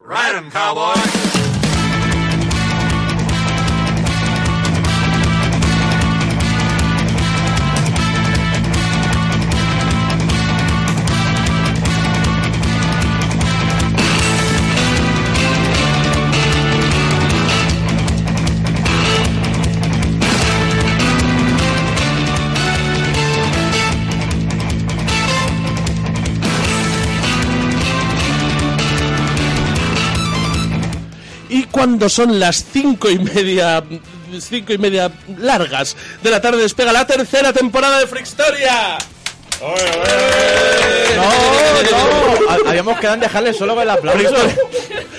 Ride 'em, cowboy. Y cuando son las cinco y media, cinco y media largas de la tarde, despega la tercera temporada de Frickstoria. No, no. Habíamos quedado en dejarle solo con el aplauso.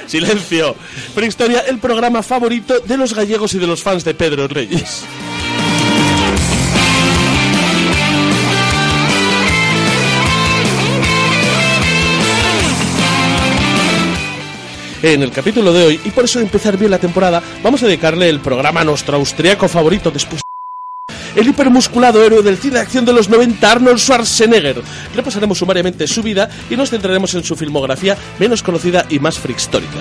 Silencio. Frickstoria, el programa favorito de los gallegos y de los fans de Pedro Reyes. En el capítulo de hoy, y por eso de empezar bien la temporada, vamos a dedicarle el programa a nuestro austriaco favorito después el hipermusculado héroe del cine de acción de los 90, Arnold Schwarzenegger. Repasaremos sumariamente su vida y nos centraremos en su filmografía menos conocida y más frickstórica.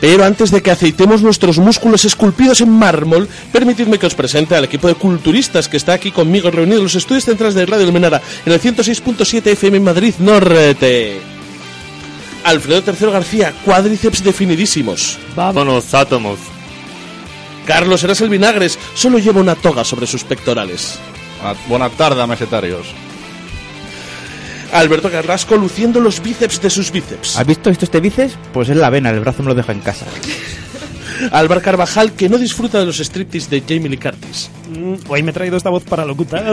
Pero antes de que aceitemos nuestros músculos esculpidos en mármol, permitidme que os presente al equipo de culturistas que está aquí conmigo reunido en los estudios centrales de Radio Almenara, en el 106.7 FM en Madrid Norte. Alfredo Tercero García, cuádriceps definidísimos. Vámonos, átomos. Carlos Eras el Vinagres, solo lleva una toga sobre sus pectorales. Buenas tardes, mesetarios. Alberto Carrasco luciendo los bíceps de sus bíceps. ¿Has visto estos tebices? Pues es la vena, el brazo me lo deja en casa. Álvaro Carvajal que no disfruta de los striptease de Jamie Lee Curtis. Mm, Hoy me he traído esta voz para locutar.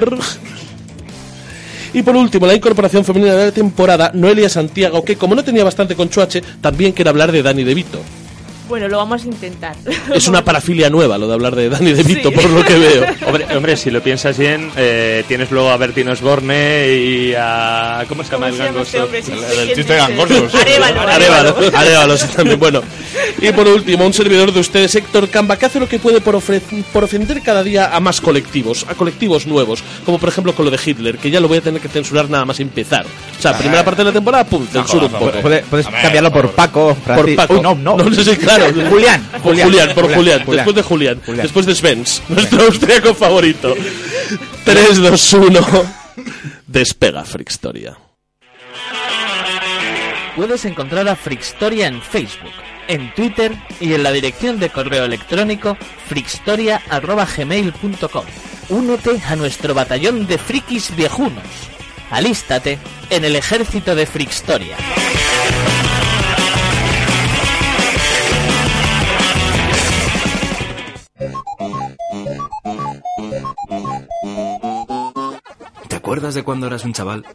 Y por último, la incorporación femenina de la temporada, Noelia Santiago, que como no tenía bastante con Chuache, también quiere hablar de Dani DeVito. Bueno, lo vamos a intentar. Es una parafilia nueva lo de hablar de Dani DeVito, Sí. por lo que veo. Hombre, hombre, si lo piensas bien, eh, tienes luego a Bertino Osborne y a. ¿Cómo se llama ¿Cómo el se llama este gangoso? hombre? Sí, El- sí, el sí, chiste sí, de sí. gangosos. Arévalo, Arévalo, Arévalo, sí, también, bueno. Y por último, un servidor de ustedes, Héctor Camba, que hace lo que puede por, ofre- por ofender cada día a más colectivos, a colectivos nuevos, como por ejemplo con lo de Hitler, que ya lo voy a tener que censurar nada más empezar. O Ah, sea, eh. primera parte de la temporada, pum, censuro un poco. Puedes, puedes A ver, cambiarlo por por- Paco, Por Francis- Paco. Uy, no, no. no sí, claro. Julián, Por Julián, por Julián, Después de Julián. Julián. Después de Svens. Nuestro austriaco favorito. 3, 2, 1. Despega Frickstoria. Puedes encontrar a Frickstoria en Facebook, en Twitter y en la dirección de correo electrónico frickstoria.gmail.com. Únete a nuestro batallón de frikis viejunos. Alístate en el ejército de Frickstoria. ¿Te acuerdas de cuando eras un chaval?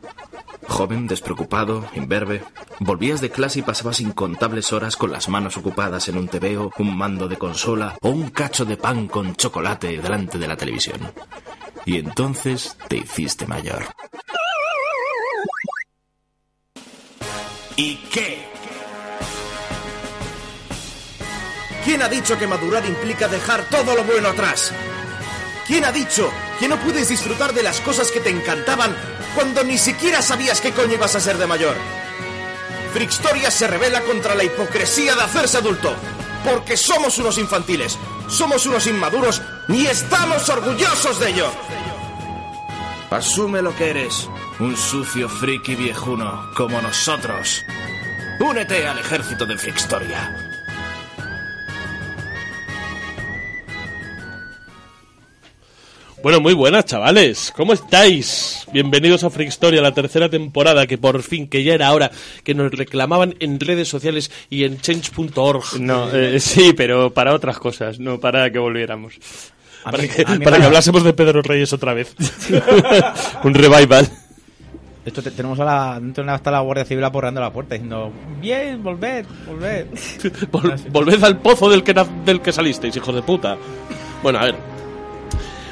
Joven, despreocupado, imberbe. Volvías de clase y pasabas incontables horas con las manos ocupadas en un tebeo, un mando de consola o un cacho de pan con chocolate delante de la televisión. Y entonces te hiciste mayor. ¿Y qué? ¿Quién ha dicho que madurar implica dejar todo lo bueno atrás? ¿Quién ha dicho que no puedes disfrutar de las cosas que te encantaban cuando ni siquiera sabías qué coño ibas a ser de mayor? Frickstoria se revela contra la hipocresía de hacerse adulto, porque somos unos infantiles, somos unos inmaduros y estamos orgullosos de ello. Asume lo que eres, un sucio friki viejuno como nosotros. Únete al ejército de Frickstoria. Bueno, muy buenas, chavales. ¿Cómo estáis? Bienvenidos a Freak Historia, la tercera temporada que por fin, que ya era hora, que nos reclamaban en redes sociales y en change.org. No, eh, sí, pero para otras cosas, no para que volviéramos. Para, que, para que hablásemos de Pedro Reyes otra vez. Un revival. De hecho, te- tenemos a la, tenemos hasta la Guardia Civil aporreando la puerta diciendo: Bien, volved, volved. Vol- volved al pozo del que, naz- del que salisteis, hijos de puta. Bueno, a ver.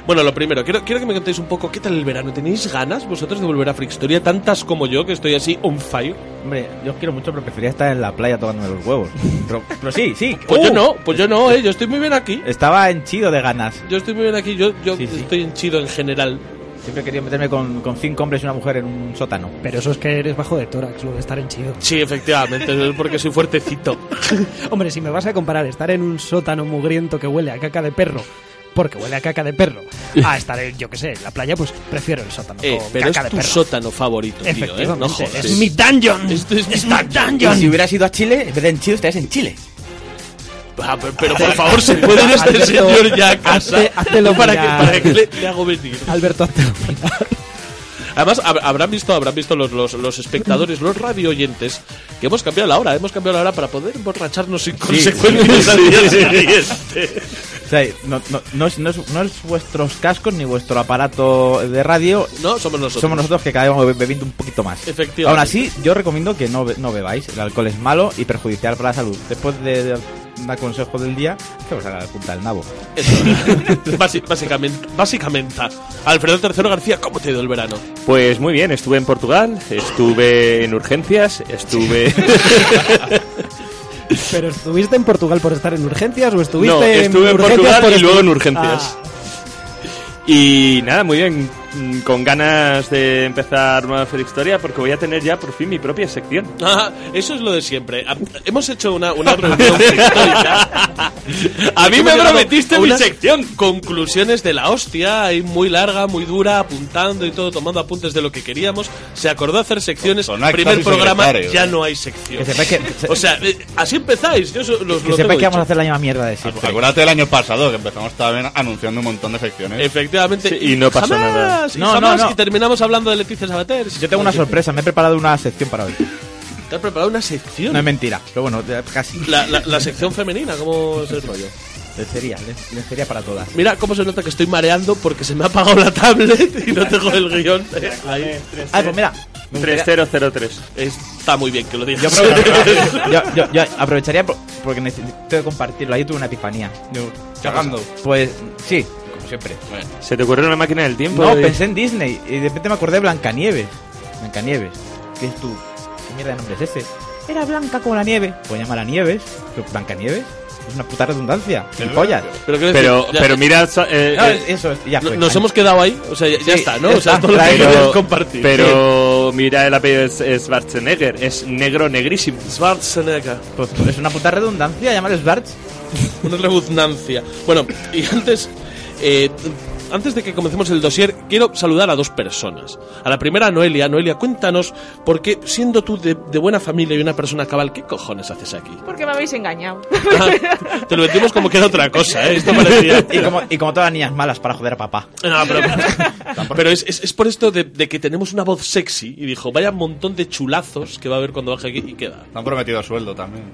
Bueno, lo primero, quiero, quiero que me contéis un poco qué tal el verano. ¿Tenéis ganas vosotros de volver a Freak Historia? Tantas como yo, que estoy así on fire. Hombre, yo os quiero mucho, pero preferiría estar en la playa tocándome los huevos. Pero, pero sí, sí. Pues Oh. yo ¡Uh! no, pues yo no, eh. Yo estoy muy bien aquí. Estaba henchido de ganas. Yo estoy muy bien aquí. Yo, yo Sí, sí. estoy henchido en general. Siempre he querido meterme con, con cinco hombres y una mujer en un sótano. Pero eso es que eres bajo de tórax, lo de estar henchido. Sí, efectivamente, es porque soy fuertecito. Hombre, si me vas a comparar estar en un sótano mugriento que huele a caca de perro, porque huele a caca de perro, a estar, en, yo que sé, en la playa, pues prefiero el sótano Eh, con pero Oh, caca es de tu perro. sótano favorito, tío, eh. Efectivamente, No jodas. es mi dungeon. Esto es- Es mi Y dungeon. si hubieras ido a Chile, en vez de henchido, estarías en Chile. Ah, pero, pero por favor, ¿se puede ir este Alberto, señor ya a casa? hazte- hazlo ¿Para qué, mirar. para qué le, le hago venir? Alberto, hazte un Además, hab- habrán visto, habrán visto los, los, los espectadores, los radio oyentes, que hemos cambiado la hora, hemos cambiado la hora para poder emborracharnos sin consecuencias al día siguiente. O sea, no, no, no, es, no, es, no es vuestros cascos ni vuestro aparato de radio. No, somos nosotros. Somos nosotros que cada vez vamos be- bebiendo un poquito más. Efectivamente. Aún así, yo recomiendo que no, be- no bebáis. El alcohol es malo y perjudicial para la salud. Después de, de dar consejo del día, que os haga la punta del nabo. Pues Eso. Basi- básicamente, básicamente. Alfredo III García, ¿cómo te ha ido el verano? Pues muy bien, estuve en Portugal, estuve en urgencias, estuve. ¿Pero estuviste en Portugal por estar en urgencias o estuviste no, estuve en urgencias Portugal por y luego en estu- urgencias. Ah. Y nada, muy bien, mm, con ganas de empezar nueva Feliz Historia porque voy a tener ya por fin mi propia sección. Ah, eso es lo de siempre. Ah, Hemos hecho una, una reunión histórica. A mí me Hemos llegado prometiste a mi unas sección. Conclusiones de la hostia, ahí muy larga, muy dura, apuntando y todo, tomando apuntes de lo que queríamos. Se acordó hacer secciones. Son actos Primer y programa, secretarios. ya no hay Que sección. sepáis eh. que, O sea, eh, así empezáis. Yo so- los, que lo tengo sepáis que vamos a dicho. Ah, hacer la misma mierda de siempre. Acuérdate del año pasado que empezamos también anunciando un montón de secciones. Efectivamente. Sí, y no pasó jamás, nada. y No, no, jamás, no. Y terminamos hablando de Leticia Sabater. Yo tengo una sorpresa, me he preparado una sección para hoy. ¿Te has preparado una sección? No es mentira, pero bueno, de- casi. La, la- la sección femenina, ¿cómo es el rollo? Lencería, len- lencería para todas. Mira cómo se nota que estoy mareando porque se me ha apagado la tablet y no tengo el guión. Eh, ahí. Ah, pues mira. me gustaría- 3003. Está muy bien que lo Yo, digas. apro- yo- yo- yo aprovecharía por- porque necesito compartirlo. Ahí tuve una epifanía. Cagando. Pues sí, como siempre. ¿Se te ocurrió una máquina del tiempo? No, Y- pensé en Disney y de repente me acordé de Blancanieves. Blancanieves. ¿Qué es tu? ¿Qué mierda de nombre es ese? Era blanca como la nieve. Pues llamarla Nieves. pero Blancanieves. Es una puta redundancia. Gilipollas. Pero, quiero decir, Pero, ya- pero mira, so- eh, No, eh, eso es- ya no- fue. nos hemos quedado ahí, o sea, ya, ya Sí, está, ¿no? ya o sea, está. todo lo que Pero- querías compartir. pero mira el apellido es es Schwarzenegger, es negro negrísimo. Schwarzenegger, Pues, es una puta redundancia llamar Svarts. una rebuznancia. Bueno, y antes, eh, antes de que comencemos el dossier, quiero saludar a dos personas. A la primera, a Noelia. Noelia, cuéntanos, por qué, siendo tú de, de buena familia y una persona cabal, ¿qué cojones haces aquí? Porque me habéis engañado. Ah, te lo metimos como que era otra cosa, ¿eh? Esto parecía... Y como, y como todas las niñas malas para joder a papá. No, pero, pero es, es- es por esto de, de que tenemos una voz sexy y dijo, vaya montón de chulazos que va a haber cuando baje aquí y queda. Te han prometido sueldo también.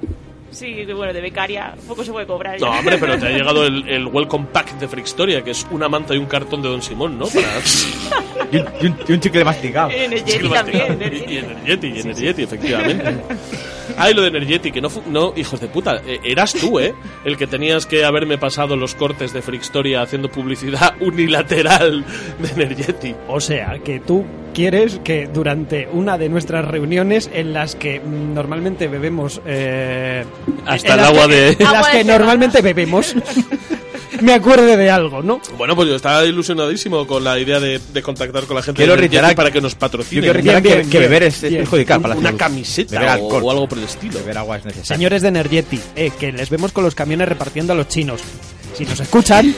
Sí, que bueno, de becaria poco se puede cobrar. No, hombre, pero te ha llegado el, el Welcome Pack de Frickstoria, que es una manta y un cartón de Don Simón, ¿no? Para- Y un, y un- y un chicle masticado. En el Sí, Yeti también. en el Y, y Yeti. Energeti, y Energeti, efectivamente. Ay, lo de Energeti, que no, fu- no, hijos de puta, eh, eras tú, ¿eh? El que tenías que haberme pasado los cortes de Frickstoria haciendo publicidad unilateral de Energeti. O sea, que tú quieres que durante una de nuestras reuniones en las que mm, normalmente bebemos... eh, Hasta en el las agua que- de- En las Agua de que cerveza. normalmente bebemos. Me acuerde de algo, ¿no? Bueno, pues yo estaba ilusionadísimo con la idea de, de contactar con la gente Quiero de Energeti reiterar- para que nos Yo patrocine. quiero recordar bien, que, bien, que beber es bien. perjudicial para la una salud. Beber camiseta o, alcohol. o algo por el estilo. Beber agua es necesario. Señores de Energeti, eh, que les vemos con los camiones repartiendo a los chinos. Si nos escuchan,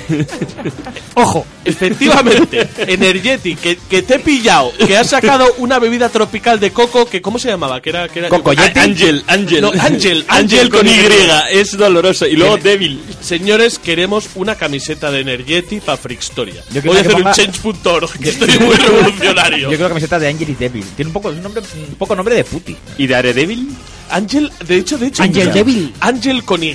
ojo. Efectivamente, Energetic, que, que te he pillado, que has sacado una bebida tropical de coco, que ¿cómo se llamaba? Que era, que era Cocoyeti. Ah, Ángel, Ángel. No, Ángel, Ángel con Y, es doloroso. Y luego Eh, débil. Señores, queremos una camiseta de Energetic para Frickstoria. Yo creo Voy a que hacer ponga- un change.org, que estoy muy revolucionario. Yo creo que camiseta de Angel y Devil. Tiene un poco, un nombre, un poco nombre de puti. ¿Y de Daredevil? Ángel, de hecho, de hecho. Ángel mira, débil. Ángel con Y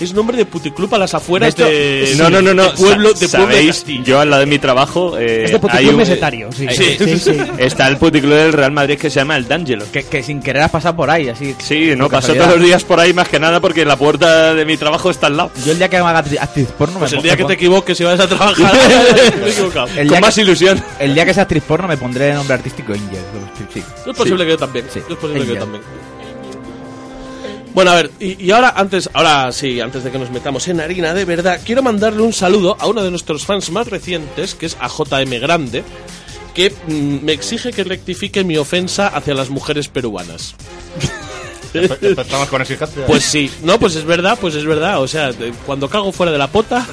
es nombre de puticlub a las afueras De hecho, de, no, no, no, no. de pueblo, Sa- de pueblo de ¿sabéis? Castilla. Yo al lado de mi trabajo. eh, Es de hay puticlub un- mesetario. Sí, Sí. sí, sí, sí. Está el puticlub del Real Madrid que se llama El D'Angelo. Que, que sin querer has pasado por ahí, así. Sí, no, por paso casualidad. todos los días por ahí más que nada porque la puerta de mi trabajo está al lado. Yo el día que me haga actri- actriz porno Pues el me pon- día me que te pon- equivoques y vas a trabajar, me he equivocado. El Con día más que- ilusión. El día que sea actriz porno me pondré el nombre artístico Angel. Sí, sí. No es posible que yo también. Sí. No es posible que yo Venga. también. Bueno, a ver, y, y ahora antes, ahora sí, antes de que nos metamos en harina de verdad, quiero mandarle un saludo a uno de nuestros fans más recientes, que es a JM Grande, que mm, me exige que rectifique mi ofensa hacia las mujeres peruanas. Estamos con exigencia. Pues sí, no, pues es verdad, pues es verdad. O sea, de- cuando cago fuera de la pota,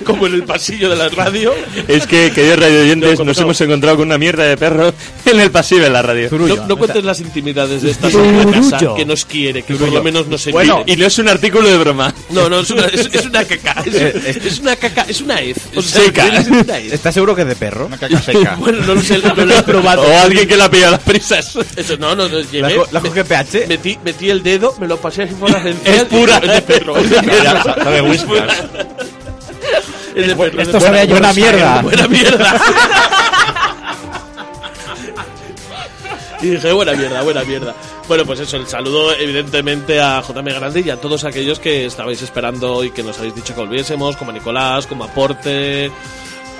como en el pasillo de la radio, Es que, queridos radio oyentes, No, nos no. hemos encontrado con una mierda de perro en el pasillo de la radio. no, no cuentes las intimidades de esta señora de casa que nos quiere, que por lo menos nos envíe. Bueno, y no es un artículo de broma. No, no, es una, es, es una caca. Es, es una caca, es una F. O sea, Seca. es una F. ¿Estás seguro que es de perro? Una caca seca. Bueno, no lo sé, no lo he probado. O alguien que la ha pillado a las prisas. Eso, no, no, no, ¿La, llevé, co- la coge PH? metí, metí el dedo, me lo pasé así por la esencial. Es pura. Es de perro. Es de Ya, perro. sabe Es pura. whiskas. Es de perro. Esto sabe a Buena George mierda. Buena mierda. Y dije, buena mierda, buena mierda. Bueno, pues eso, el saludo evidentemente a JM Grande y a todos aquellos que estabais esperando y que nos habéis dicho que volviésemos, como a Nicolás, como Aporte,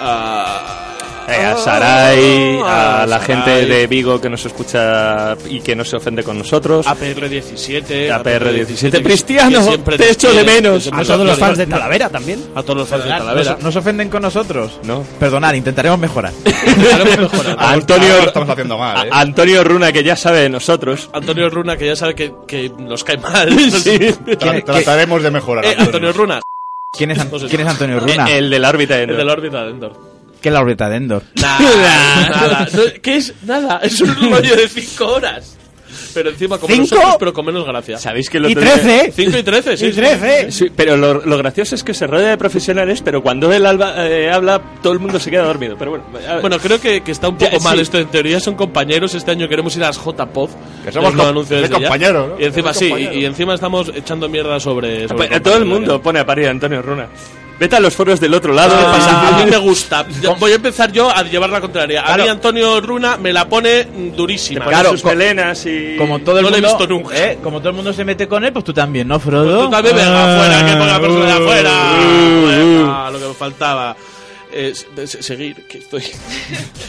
a... Eh, Oh, a Sarai, a la Sarai, gente de Vigo que nos escucha y que no se ofende con nosotros. A PR17, A PR17, que- Cristiano, que siempre te nos echo de quiere, menos. que siempre A todos nos los quiere. fans de Talavera también. A todos los fans de Talavera. ¿Nos, nos ofenden con nosotros? No. Perdonad, intentaremos mejorar. Claro, mejorado. A Ahora lo Antonio, estamos haciendo mal, ¿eh? a Antonio Runa, que ya sabe de nosotros. Antonio Runa, que ya sabe que, que nos cae mal. Tra- ¿Quién- trataremos de mejorar. Eh, Antonio Runa, ¿Quién es, An- Entonces- ¿quién es Antonio Runa? Eh, El de la órbita de el de Endor. la órbita de Endor. ¿Qué es la órbita de Endor? Nada, nada. No, ¿Qué es? Nada. Es un rollo de 5 horas. Pero encima como ¿Cinco? nosotros, pero con menos gracia. ¿Sabéis que lo ¡Y 13! 5 y 13, sí. ¡Y 13! Sí, pero lo, lo gracioso es que se rodea de profesionales, pero cuando él alba- eh, habla, todo el mundo se queda dormido. Pero bueno, a ver. Bueno, creo que, que está un Ya, poco mal sí. esto. En teoría son compañeros. Este año queremos ir a las J-Pod. Que somos Es lo com- anuncio de desde ya. compañeros, ¿no? Y encima De sí, compañeros. y, y encima estamos echando mierda sobre. sobre Pues, a todo el compañeros. mundo pone a parir a Antonio Runa. Vete a los foros del otro lado. ¿Qué pasa? pasa? Ah, A mí me gusta. Yo- Voy a empezar yo a llevar la contraria. A mí Claro. Antonio Runa me la pone mm, durísima. Pone Claro, sus co- melenas y... Como todo el No lo he mundo, visto nunca. ¿eh? Como todo el mundo se mete con él, pues tú también, ¿no, Frodo? Ah. Pues tú también venga afuera, que ponga persona de afuera. Uh, uh. Ah, lo que me faltaba. Eh, se- se- seguir, que estoy.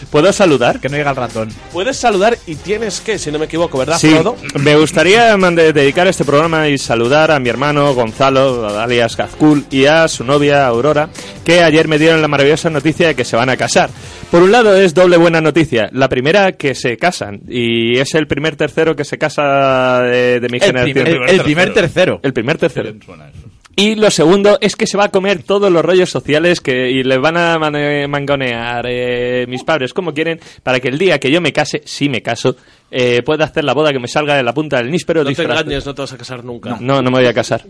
¿Puedo saludar? Que no llega el ratón. Puedes saludar y tienes que, si no me equivoco, ¿verdad, Sí, Frodo? me gustaría mande- dedicar este programa y saludar a mi hermano Gonzalo, alias Gazkul, y a su novia Aurora, que ayer me dieron la maravillosa noticia de que se van a casar. Por un lado es doble buena noticia, la primera que se casan, y es el primer tercero que se casa de, de mi generación. El, el primer tercero. El primer tercero. Suena eso. Y lo segundo es que se va a comer todos los rollos sociales que, y les van a man- eh, mangonear eh, mis padres como quieren para que el día que yo me case, si me caso, eh, pueda hacer la boda que me salga de la punta del níspero. No te disfraz- engañes, no te vas a casar nunca. No. no, no me voy a casar.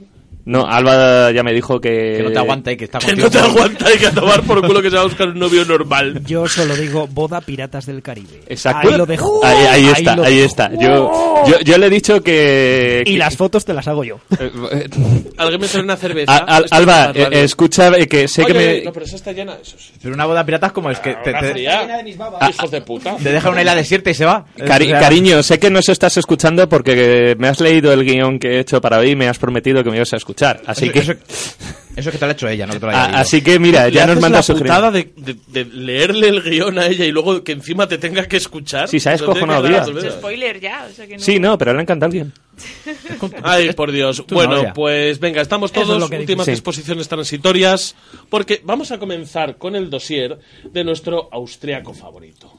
No, Alba ya me dijo que... Eh, Que no te aguanta y que está Que contigo. no te aguanta, hay que tomar por culo que se va a buscar un novio normal. Yo solo digo boda Piratas del Caribe. Exacto. Ahí lo dejo. Ahí, ahí está, lo ahí dejo. está. Yo, yo, yo le he dicho que... Y que- las fotos te las hago yo. eh, Alguien me trae una cerveza. a- al- Esto es Alba, una radio. eh, escucha eh, que sé Oye, que me... oye, No, pero esa está llena de esos. Pero una boda pirata es como es que te, te- Fría. Hijos de puta. te deja una isla desierta y se va. Cari- Eh, O sea, cariño, sé que nos estás escuchando porque me has leído el guión que he hecho para hoy y me has prometido que me ibas a escuchar. Así eso- que, Eso, eso es que te lo ha hecho ella, no que te lo haya a- leído. así que mira, Le ya haces nos mandas la sugerencias. putada de, de- de leerle el guión a ella y luego que encima te tenga que escuchar. Sí, se ha Te tiene que descojonado, dar las tía. cervezas. Spoiler ya, o sea que no. Sí, no, pero le ha encantado el guión. Ay, por Dios. tu Bueno, novia. pues venga, estamos Eso es todos, lo que dice. últimas Sí. disposiciones transitorias, porque vamos a comenzar con el dossier de nuestro austriaco favorito.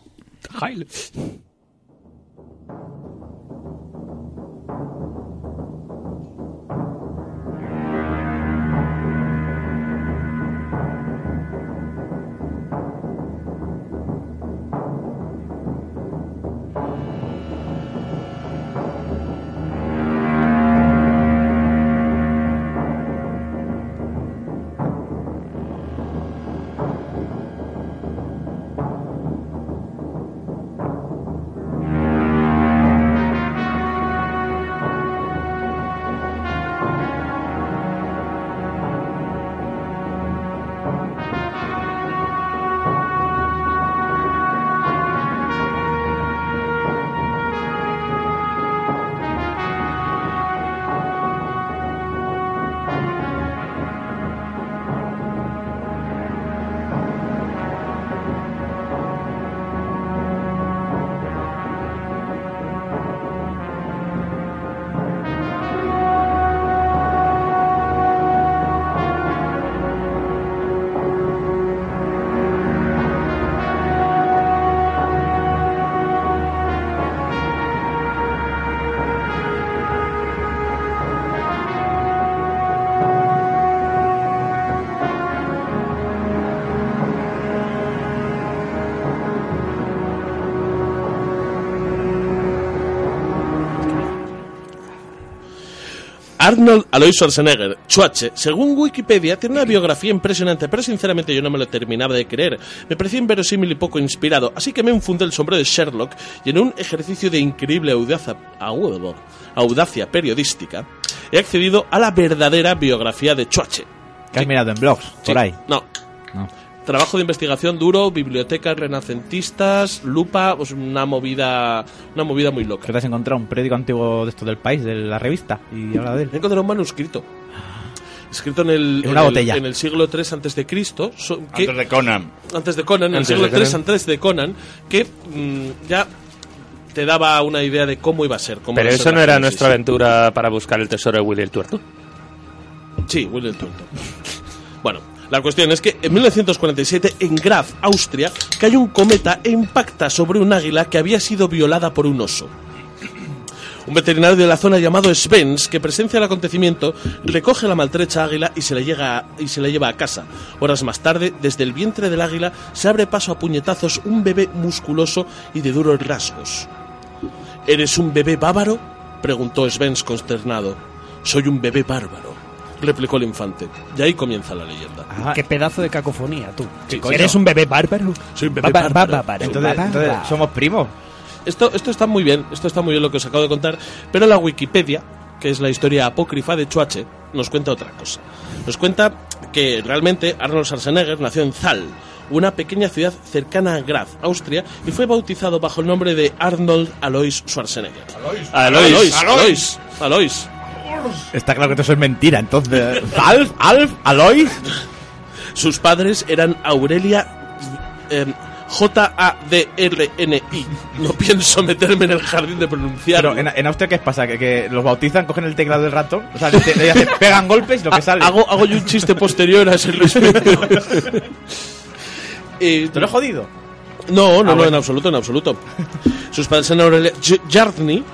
Arnold Alois Schwarzenegger, Chuache, según Wikipedia, tiene una biografía impresionante, pero sinceramente yo no me lo terminaba de creer. Me parecía inverosímil y poco inspirado, así que me enfundé el sombrero de Sherlock y en un ejercicio de increíble audacia, a huevo, audacia periodística, he accedido a la verdadera biografía de Chuache. Que has mirado en blogs, por ahí. No. Trabajo de investigación duro, bibliotecas renacentistas, lupa, pues una movida, una movida muy loca. Creo que has encontrado un periódico antiguo de esto del país, de la revista, y habla de él. He encontrado un manuscrito. Escrito en el, En una el- botella. en el siglo III antes de Cristo. so- que- Antes de Conan. antes de Conan, en el Antes de siglo III Conan. antes de Conan, que mm, ya te daba una idea de cómo iba a ser. cómo Pero iba a ser eso la no era génesis. nuestra aventura para buscar el tesoro de Willy el Tuerto. Sí, Willy el Tuerto. Bueno, la cuestión es que en 1947 en Graz, Austria, cae un cometa e impacta sobre un águila que había sido violada por un oso. Un veterinario de la zona llamado Svens, que presencia el acontecimiento, recoge la maltrecha águila y se, la llega a- y se la lleva a casa. Horas más tarde, desde el vientre del águila, se abre paso a puñetazos un bebé musculoso y de duros rasgos. ¿Eres un bebé bávaro? preguntó Svens consternado. Soy un bebé bárbaro, replicó el infante. Y ahí comienza la leyenda. Ajá. Qué pedazo de cacofonía, tú. Sí, ¿Eres coño. un bebé bárbaro? Soy un bebé Ba- ba- bárbaro. ba- bárbaro. Entonces, Ba- ba- entonces, ba- somos primos. Esto, esto está muy bien, esto está muy bien lo que os acabo de contar, pero la Wikipedia, que es la historia apócrifa de Chuache, nos cuenta otra cosa. Nos cuenta que realmente Arnold Schwarzenegger nació en Zal, una pequeña ciudad cercana a Graz, Austria, y fue bautizado bajo el nombre de Arnold Alois Schwarzenegger. Alois. Alois, Alois. Está claro que todo eso es mentira, entonces. Alf, Alf, Alois. Sus padres eran Aurelia em, J-A-D-R-N-I. No pienso meterme en el jardín de pronunciar. Pero en, en Austria, ¿qué pasa? Que, que los bautizan, cogen el teclado del ratón, o sea, le, le hacen- pegan golpes y lo que Ha- sale. Ah, Hago, hago yo un chiste posterior a ese respecto. Eh, ¿Te lo he jodido? Ah, no, no, no, en absoluto, en absoluto. Sus padres eran Aurelia Jardny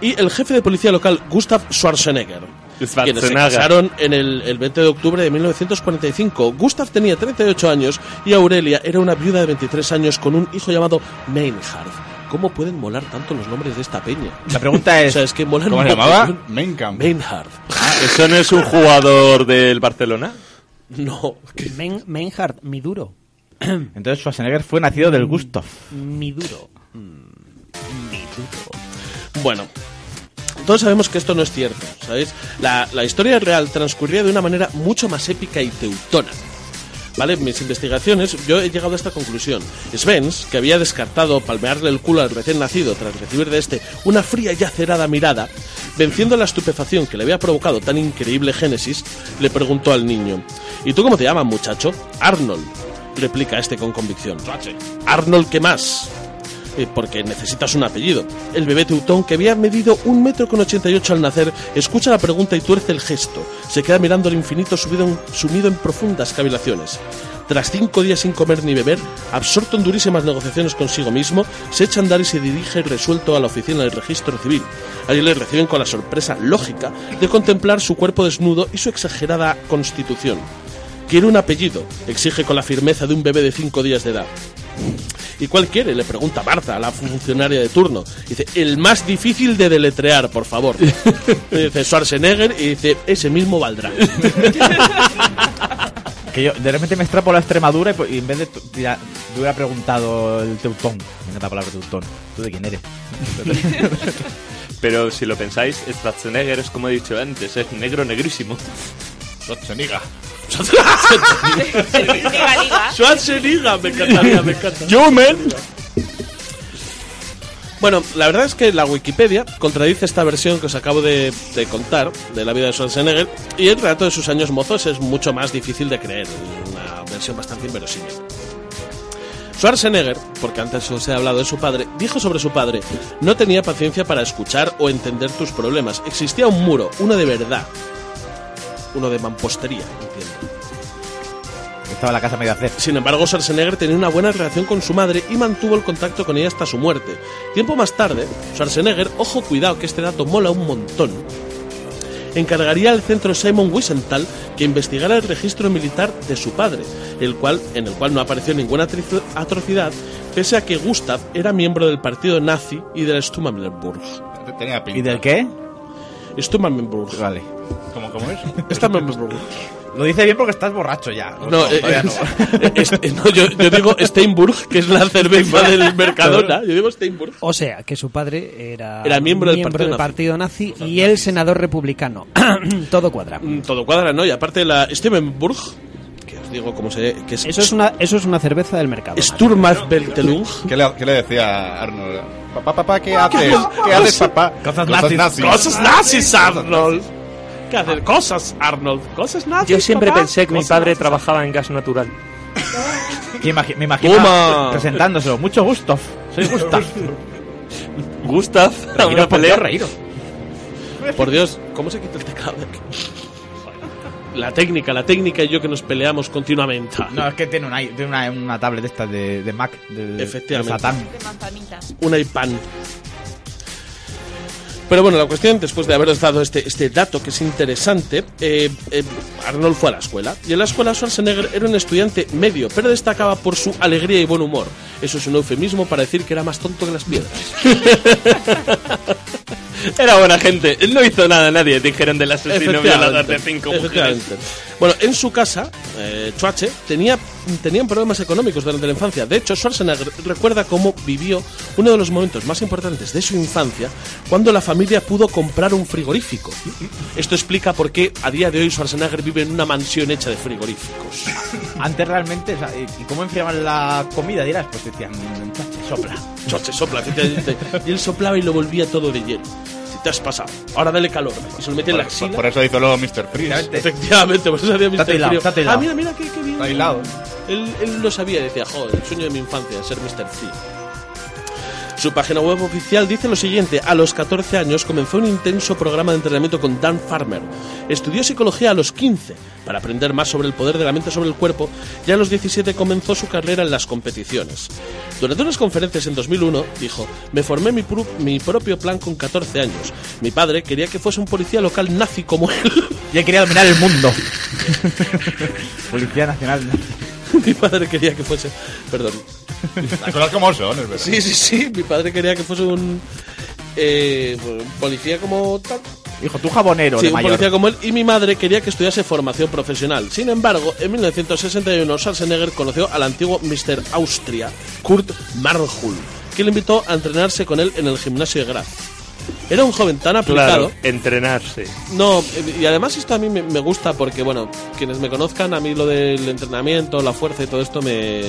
y el jefe de policía local Gustav Schwarzenegger. Quienes se Schwarzenegger. casaron en el, el 20 de octubre de 1945. Gustav tenía 38 años y Aurelia era una viuda de 23 años con un hijo llamado Meinhard. ¿Cómo pueden molar tanto los nombres de esta peña? La pregunta O es. sea, es que molan ¿Cómo un se llamaba? montón. Menkamp. Meinhard. Ah, ¿Eso no es un jugador del Barcelona? No, que- Men- Menhard, mi duro. Entonces Schwarzenegger fue nacido del gusto. Mi duro. Bueno, todos sabemos que esto no es cierto, ¿sabéis? La, la historia real transcurría de una manera mucho más épica y teutona. ¿Vale? En mis investigaciones yo he llegado a esta conclusión. Svens, que había descartado palmearle el culo al recién nacido tras recibir de este una fría y acerada mirada, venciendo la estupefacción que le había provocado tan increíble génesis, le preguntó al niño, ¿Y tú cómo te llamas, muchacho? Arnold, replica este con convicción. Arnold, ¿qué más? eh, porque necesitas un apellido. El bebé teutón, que había medido un metro con 88 al nacer, escucha la pregunta y tuerce el gesto. Se queda mirando al infinito subido en- sumido en profundas cavilaciones. Tras cinco días sin comer ni beber, absorto en durísimas negociaciones consigo mismo, se echa a andar y se dirige resuelto a la oficina del registro civil. Allí le reciben con la sorpresa lógica de contemplar su cuerpo desnudo y su exagerada constitución. Quiere un apellido, exige con la firmeza de un bebé de cinco días de edad. ¿Y cuál quiere? Le pregunta Marta, a la funcionaria de turno. Dice, el más difícil de deletrear, por favor. Y dice Schwarzenegger y dice, ese mismo valdrá. Que yo de repente me extrapo la Extremadura y, pues, y en vez de. tu- Mira, te hubiera preguntado el teutón. Me encanta la palabra teutón. ¿Tú de quién eres? Pero si lo pensáis, Schwarzenegger es como he dicho antes, es negro negrísimo. Schwarzenegger. Liga, liga. Schwarzenegger, me encantaría, me encanta. ¡Yo, men! Bueno, la verdad es que la Wikipedia contradice esta versión que os acabo de, de contar de la vida de Schwarzenegger y el relato de sus años mozos es mucho más difícil de creer, una versión bastante inverosímil. Schwarzenegger, porque antes os he hablado de su padre, dijo sobre su padre, no tenía paciencia para escuchar o entender tus problemas, existía un muro, uno de verdad, uno de mampostería, entiendo. Estaba en la casa medio hacer. Sin embargo, Schwarzenegger tenía una buena relación con su madre y mantuvo el contacto con ella hasta su muerte. Tiempo más tarde, Schwarzenegger, ojo cuidado que este dato mola un montón, encargaría al centro Simon Wiesenthal que investigara el registro militar de su padre, el cual, en el cual no apareció ninguna atri- atrocidad, pese a que Gustav era miembro del partido nazi y del Sturmablenburg. Tenía pinta. ¿Y del qué? Sturmanburg. Vale. ¿Cómo, cómo es? Sturmanburg. Lo dice bien porque estás borracho ya. No, No, eh, todavía no. es- es- no, yo, yo digo Steinburg, que es la cerveza del Mercadona. Yo digo Steinburg. O sea, que su padre era, Era miembro del partido nazi. nazi, y él senador republicano. Todo cuadra. Mm, Todo cuadra, ¿no? Y aparte la Steinburg, que os digo cómo se... Que es, Eso es una, eso es una cerveza del mercado. Sturmazbeltelung. ¿Qué le, qué le decía Arnold? Papá, papá, ¿qué haces? ¿Qué haces, papá? Cosas nazis. Cosas nazis, Arnold. ¿Qué hacer? Cosas, Arnold. Cosas nazis. Yo siempre papá. Pues pensé que mi Cosas padre nazis. trabajaba en gas natural. Que imagi- me imagino Toma. presentándoselo. Mucho gusto. Soy Gustav. Gustav, a una por pelea. Dios, reíros. Por Dios, ¿cómo se quita el teclado? La técnica, la técnica y yo que nos peleamos continuamente. No, es que tiene una, tiene una, una tablet esta de, de Mac. De, de Efectivamente. Satán. De manzanitas. Una y pan. Pero bueno, la cuestión, después de haber dado este, este dato que es interesante, eh, eh, Arnold fue a la escuela. Y en la escuela Schwarzenegger era un estudiante medio, pero destacaba por su alegría y buen humor. Eso es un eufemismo para decir que era más tonto que las piedras. Era buena gente. Él no hizo nada a nadie. Dijeron del asesino Efectivamente, violador de cinco mujeres. efectivamente. Bueno, en su casa, eh, Chuache tenía, tenían problemas económicos durante la infancia. De hecho, Schwarzenegger recuerda cómo vivió uno de los momentos más importantes de su infancia cuando la familia pudo comprar un frigorífico. Esto explica por qué a día de hoy Schwarzenegger vive en una mansión hecha de frigoríficos. Antes realmente, o sea, ¿y y cómo enfriaban la comida? Dirás, pues decían, "Chacha, sopla. Choche, sopla. que te- te- y él soplaba y lo volvía todo de hielo. Si te has pasado, ahora dale calor. Y se lo metía en la Por, por eso axila. hizo luego Mr. Freeze. Efectivamente. Efectivamente, por eso hacía Mr. hilado, Frío. está Ah, hilado. mira, mira, qué, qué bien. Está hilado. Él, él lo sabía, decía, joder, el sueño de mi infancia, ser Mr. Free. Su página web oficial dice lo siguiente, a los 14 años comenzó un intenso programa de entrenamiento con Dan Farmer. Estudió psicología a los 15 para aprender más sobre el poder de la mente sobre el cuerpo y a los 17 comenzó su carrera en las competiciones. Durante unas conferencias en 2001 dijo, me formé mi, pru- mi propio plan con 14 años. Mi padre quería que fuese un policía local nazi como él. Ya quería dominar el mundo. Policía Nacional. mi padre quería que fuese... Perdón, Las cosas como son, es verdad. Sí, sí, sí. Mi padre quería que fuese un, eh, un policía como tal. Hijo, tú jabonero Sí, de un mayor. policía como él. Y mi madre quería que estudiase formación profesional. Sin embargo, en 1961 Schwarzenegger conoció al antiguo Mr. Austria, Kurt Marhul, que le invitó a entrenarse con él en el gimnasio de Graz. Era un joven tan aplicado. Claro, entrenarse. No, y además esto a mí me me gusta porque, bueno, quienes me conozcan, a mí lo del entrenamiento, la fuerza y todo esto me,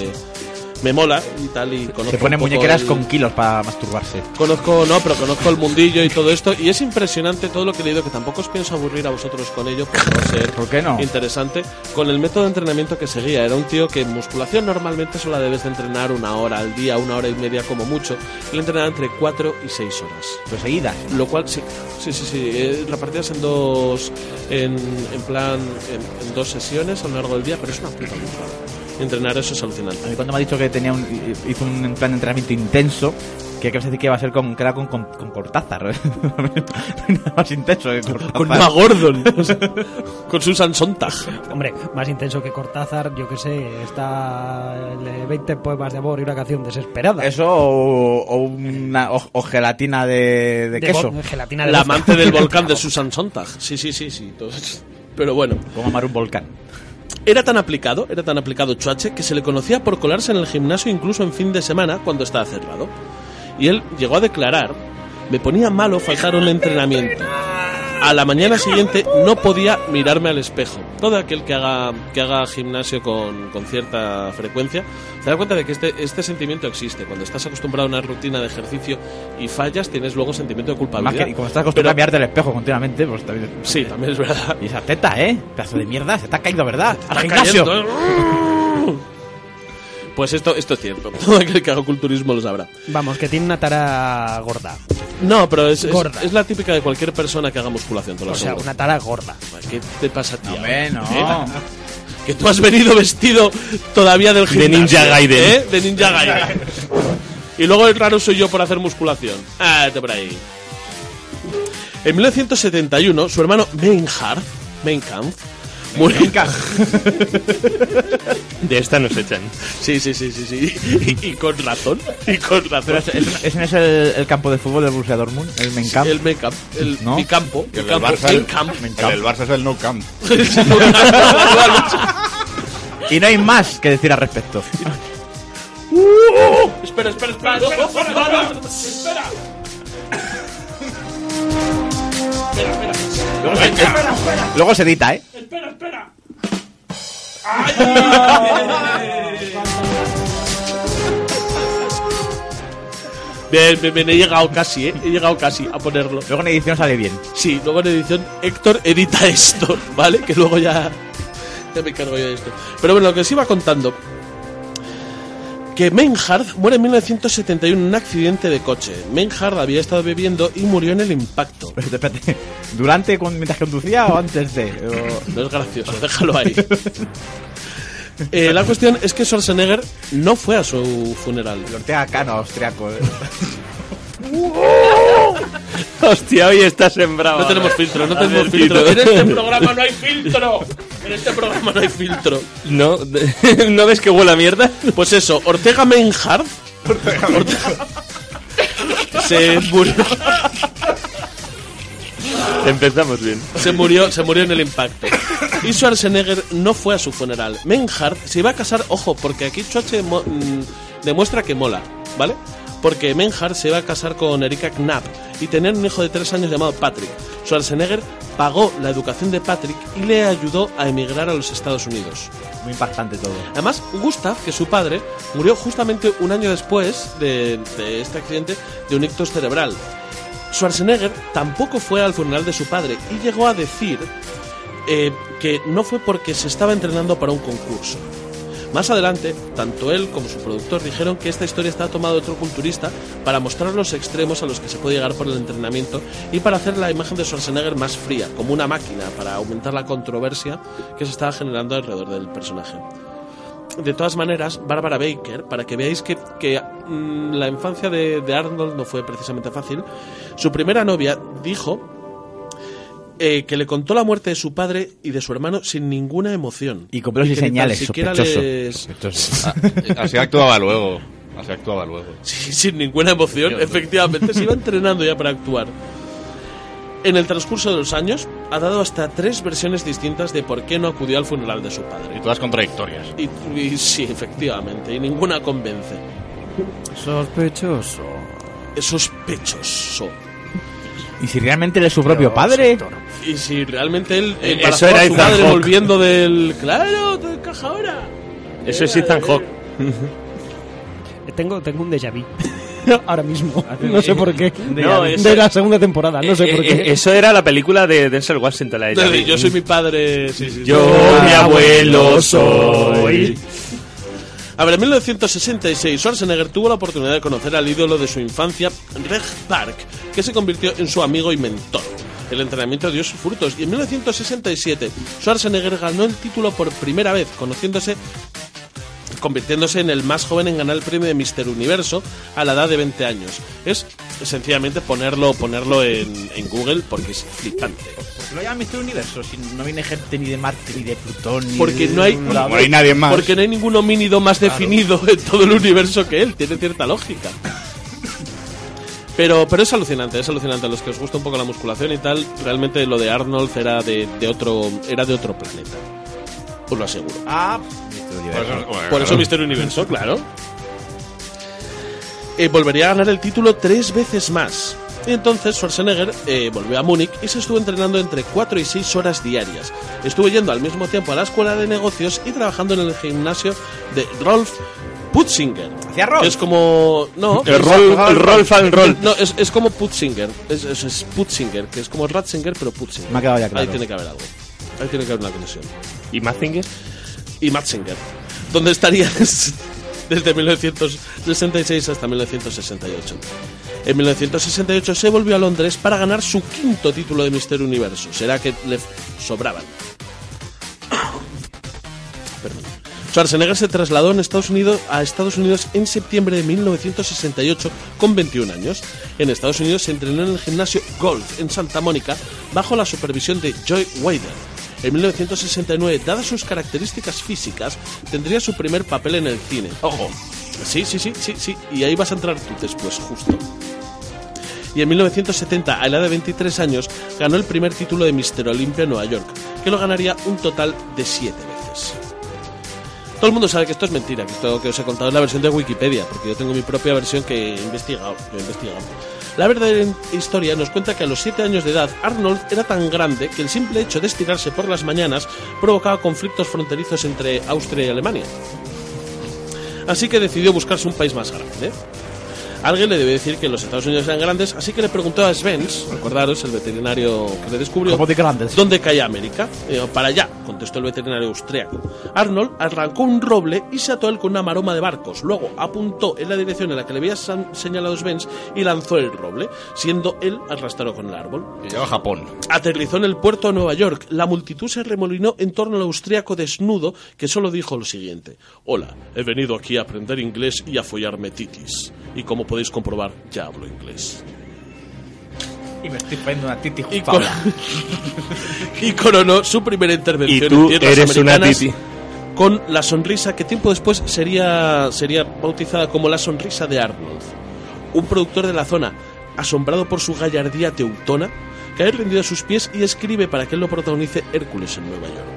me mola y tal. Y conozco Se pone un poco muñequeras el- con kilos para masturbarse. Conozco, no, pero conozco el mundillo y todo esto. Y es impresionante todo lo que he leído, que tampoco os pienso aburrir a vosotros con ello, por no ser ¿Por qué no? interesante, con el método de entrenamiento que seguía. Era un tío que en musculación normalmente solo la debes de entrenar una hora al día, una hora y media como mucho. Él entrenaba entre 4 y 6 horas. Pero seguidas. Lo cual, sí, sí, sí, sí. eh, repartidas en dos, en, en plan, en, en dos sesiones a lo largo del día, pero es una puta locura. Entrenar eso es alucinante. A mí cuando me ha dicho que tenía un, hizo un plan de entrenamiento intenso, que que decir que va a ser con, que era con, con, con Cortázar. ¿eh? Nada más intenso que Cortázar. Con Emma Gordon, con Susan Sontag. Hombre, más intenso que Cortázar, yo que sé, está el de 20 poemas de amor y una canción desesperada. Eso o, o una o, o gelatina de, de De queso. bo- gelatina de La boca. amante del volcán de Susan Sontag. Sí, sí, sí, sí. todo eso. Pero bueno, Como amar un volcán. era tan aplicado, era tan aplicado Chuache que se le conocía por colarse en el gimnasio incluso en fin de semana cuando estaba cerrado. Y él llegó a declarar, me ponía malo faltar un entrenamiento. A la mañana siguiente no podía mirarme al espejo. Todo aquel que haga, que haga gimnasio con, con cierta frecuencia se da cuenta de que este, este sentimiento existe. Cuando estás acostumbrado a una rutina de ejercicio y fallas, tienes luego sentimiento de Más culpabilidad. que, y como estás acostumbrado a Pero- mirarte al espejo continuamente, pues también. Sí, también es verdad. Y esa teta, ¿eh? Pedazo de mierda, se te ha caído, ¿verdad? ¡Al Está gimnasio! cayendo, ¿eh? Pues esto, esto es cierto. Todo aquel que haga culturismo lo sabrá. Vamos, que tiene una tara gorda. No, pero es, es, Gorda. es la típica de cualquier persona que haga musculación. Te lo O sea, aseguro. una tara gorda. ¿Qué te pasa, tío? Hombre, no. Que tú has venido vestido todavía del gimnasio. Ninja Gaiden. ¿eh? De Ninja Gaiden. y luego el raro soy yo por hacer musculación. Ah, te por ahí. En 1971, su hermano Meinhard, Meinkampf, Muñeca. De esta nos echan. Sí, sí, sí, sí, sí. Y, y con razón. Y con razón. Pero es, es- ¿es- no es el, el campo de fútbol del Borussia Dortmund, el Mencamp. El me camp, el ¿No? mi campo, mi El del campo, Barça, el camp. el del Barça es el no camp. Y no hay más que decir al respecto. espera, espera, espera, espera, espera, espera, Luego se edita, ¿eh? Bien, bien, bien, he llegado casi, eh, he llegado casi a ponerlo. Luego en edición sale bien. Sí, luego en edición Héctor edita esto, ¿vale? Que luego ya, ya me encargo yo de esto. Pero bueno, lo que os iba contando. Que Menhard muere en 1971 en un accidente de coche. Menhard había estado bebiendo y murió en el impacto. Espérate, espérate. ¿Durante cuando- mientras conducía o antes de? O- No es gracioso, déjalo ahí. Eh, la cuestión es que Schwarzenegger no fue a su funeral. El Ortega Cano austriaco. ¿eh? Hostia, hoy está sembrado. No tenemos filtro, no tenemos Albertito. filtro. En este programa no hay filtro. En este programa no hay filtro. No, ¿No ves que huele a mierda? Pues eso, Ortega Menhard se murió, Empezamos bien. se, murió, se murió en el impacto. Y Schwarzenegger no fue a su funeral. Menhard se iba a casar, ojo, porque aquí Choche mo- mm, demuestra que mola, ¿vale? Porque Menhard se iba a casar con Erika Knapp y tenían un hijo de tres años llamado Patrick. Schwarzenegger pagó la educación de Patrick y le ayudó a emigrar a los Estados Unidos. Muy impactante todo. Además, Gustav, que es su padre, murió justamente un año después de, de este accidente de un ictus cerebral. Schwarzenegger tampoco fue al funeral de su padre y llegó a decir eh, que no fue porque se estaba entrenando para un concurso. Más adelante, tanto él como su productor dijeron que esta historia está tomada de otro culturista para mostrar los extremos a los que se puede llegar por el entrenamiento y para hacer la imagen de Schwarzenegger más fría, como una máquina, para aumentar la controversia que se estaba generando alrededor del personaje. De todas maneras, Bárbara Baker, para que veáis que, que, mm, la infancia de, de Arnold no fue precisamente fácil, su primera novia dijo eh, que le contó la muerte de su padre y de su hermano sin ninguna emoción. Y con pelos que y ni tan señales, siquiera sospechoso. les- Así actuaba luego. Así actuaba luego. Sí, sin ninguna emoción, efectivamente, se iba entrenando ya para actuar. En el transcurso de los años, ha dado hasta tres versiones distintas de por qué no acudió al funeral de su padre. Y todas contradictorias. Y, y sí, efectivamente, y ninguna convence. Sospechoso. Es sospechoso. ¿Y si realmente él es su propio padre? Y si realmente él Eh, eso embarazó era a su Ethan madre Hawke. volviendo del... ¡Claro, te encaja ahora! Eso es Ethan Hawke. Eh, Tengo, tengo un déjà vu. Ahora mismo. No sé por qué. No, es- de la segunda temporada, no sé Eh, por eh, qué. Eso era la película de Denzel Washington, la de David. Yo soy mi padre... sí, sí, sí. Yo, mi abuelo soy. A ver, en 1966 Schwarzenegger tuvo la oportunidad de conocer al ídolo de su infancia, Reg Park, que se convirtió en su amigo y mentor. El entrenamiento dio sus frutos y en 1967 Schwarzenegger ganó el título por primera vez, conociéndose convirtiéndose en el más joven en ganar el premio de Mister Universo a la edad de 20 años. Es sencillamente ponerlo ponerlo en, en Google porque es flipante. Lo llama Mister Universo, si no viene gente ni de Marte, ni de Plutón, ni Porque de- no hay- Hola, Como no hay nadie más. Porque no hay ningún homínido más definido en todo el universo que él. Tiene cierta lógica. Pero, pero es alucinante, es alucinante. A los que os gusta un poco la musculación y tal, realmente lo de Arnold era de, de otro, era de otro planeta. Os lo aseguro. Ah, Mister Por Universo. eso- bueno, Por eso Mister Universo, claro. Eh, volvería a ganar el título tres veces más. Y entonces Schwarzenegger eh, volvió a Múnich y se estuvo entrenando entre 4 y 6 horas diarias. Estuvo yendo al mismo tiempo a la escuela de negocios y trabajando en el gimnasio de Rolf Putzinger. ¿Hacía Rolf? Que Es como... No, El es- rol, el rol fan roll. No, es, es como Putzinger. Es, es, es Putzinger, que es como Ratzinger, pero Putzinger. Me ha quedado ya claro. Ahí tiene que haber algo. Ahí tiene que haber una conexión ¿Y Mazinger? y Matzinger, donde estaría des- desde 1966 hasta 1968. En 1968 se volvió a Londres para ganar su quinto título de Mister Universo. Será que le f- sobraban. Perdón. Schwarzenegger se trasladó en Estados Unidos a Estados Unidos en septiembre de 1968 con 21 años. En Estados Unidos se entrenó en el gimnasio Golf en Santa Mónica bajo la supervisión de Joy Wader. en 1969, dadas sus características físicas, tendría su primer papel en el cine. Ojo. Sí, sí, sí, sí, sí. Y ahí vas a entrar tú después, justo. Y en 1970, a la edad de 23 años, ganó el primer título de Mister Olympia en Nueva York, que lo ganaría un total de 7 veces. Todo el mundo sabe que esto es mentira, que esto que os he contado es la versión de Wikipedia, porque yo tengo mi propia versión que he investigado, que he investigado. La verdadera historia nos cuenta que a los 7 años de edad Arnold era tan grande que el simple hecho de estirarse por las mañanas provocaba conflictos fronterizos entre Austria y Alemania. Así que decidió buscarse un país más grande. Alguien le debe decir que los Estados Unidos eran grandes, así que le preguntó a Svens, recordaros, el veterinario que le descubrió, Como de grandes. ¿dónde cae América? Y dijo, para allá, contestó el veterinario austriaco. Arnold arrancó un roble y se ató a él con una maroma de barcos. Luego apuntó en la dirección en la que le había san- señalado Svens y lanzó el roble, siendo él arrastrado con el árbol. Que lleva a Japón. Aterrizó en el puerto de Nueva York. La multitud se remolinó en torno al austriaco desnudo que solo dijo lo siguiente. Hola, he venido aquí a aprender inglés y a follarme titis. Y como podéis comprobar, ya hablo inglés. Y me estoy poniendo una titi Y, Paula. con- y coronó su primera intervención Y tú en tierras eres una americanas titi. con la sonrisa que tiempo después sería, sería bautizada como la sonrisa de Arnold. Un productor de la zona, asombrado por su gallardía teutona, cae rendido a sus pies y escribe para que él lo protagonice Hércules en Nueva York.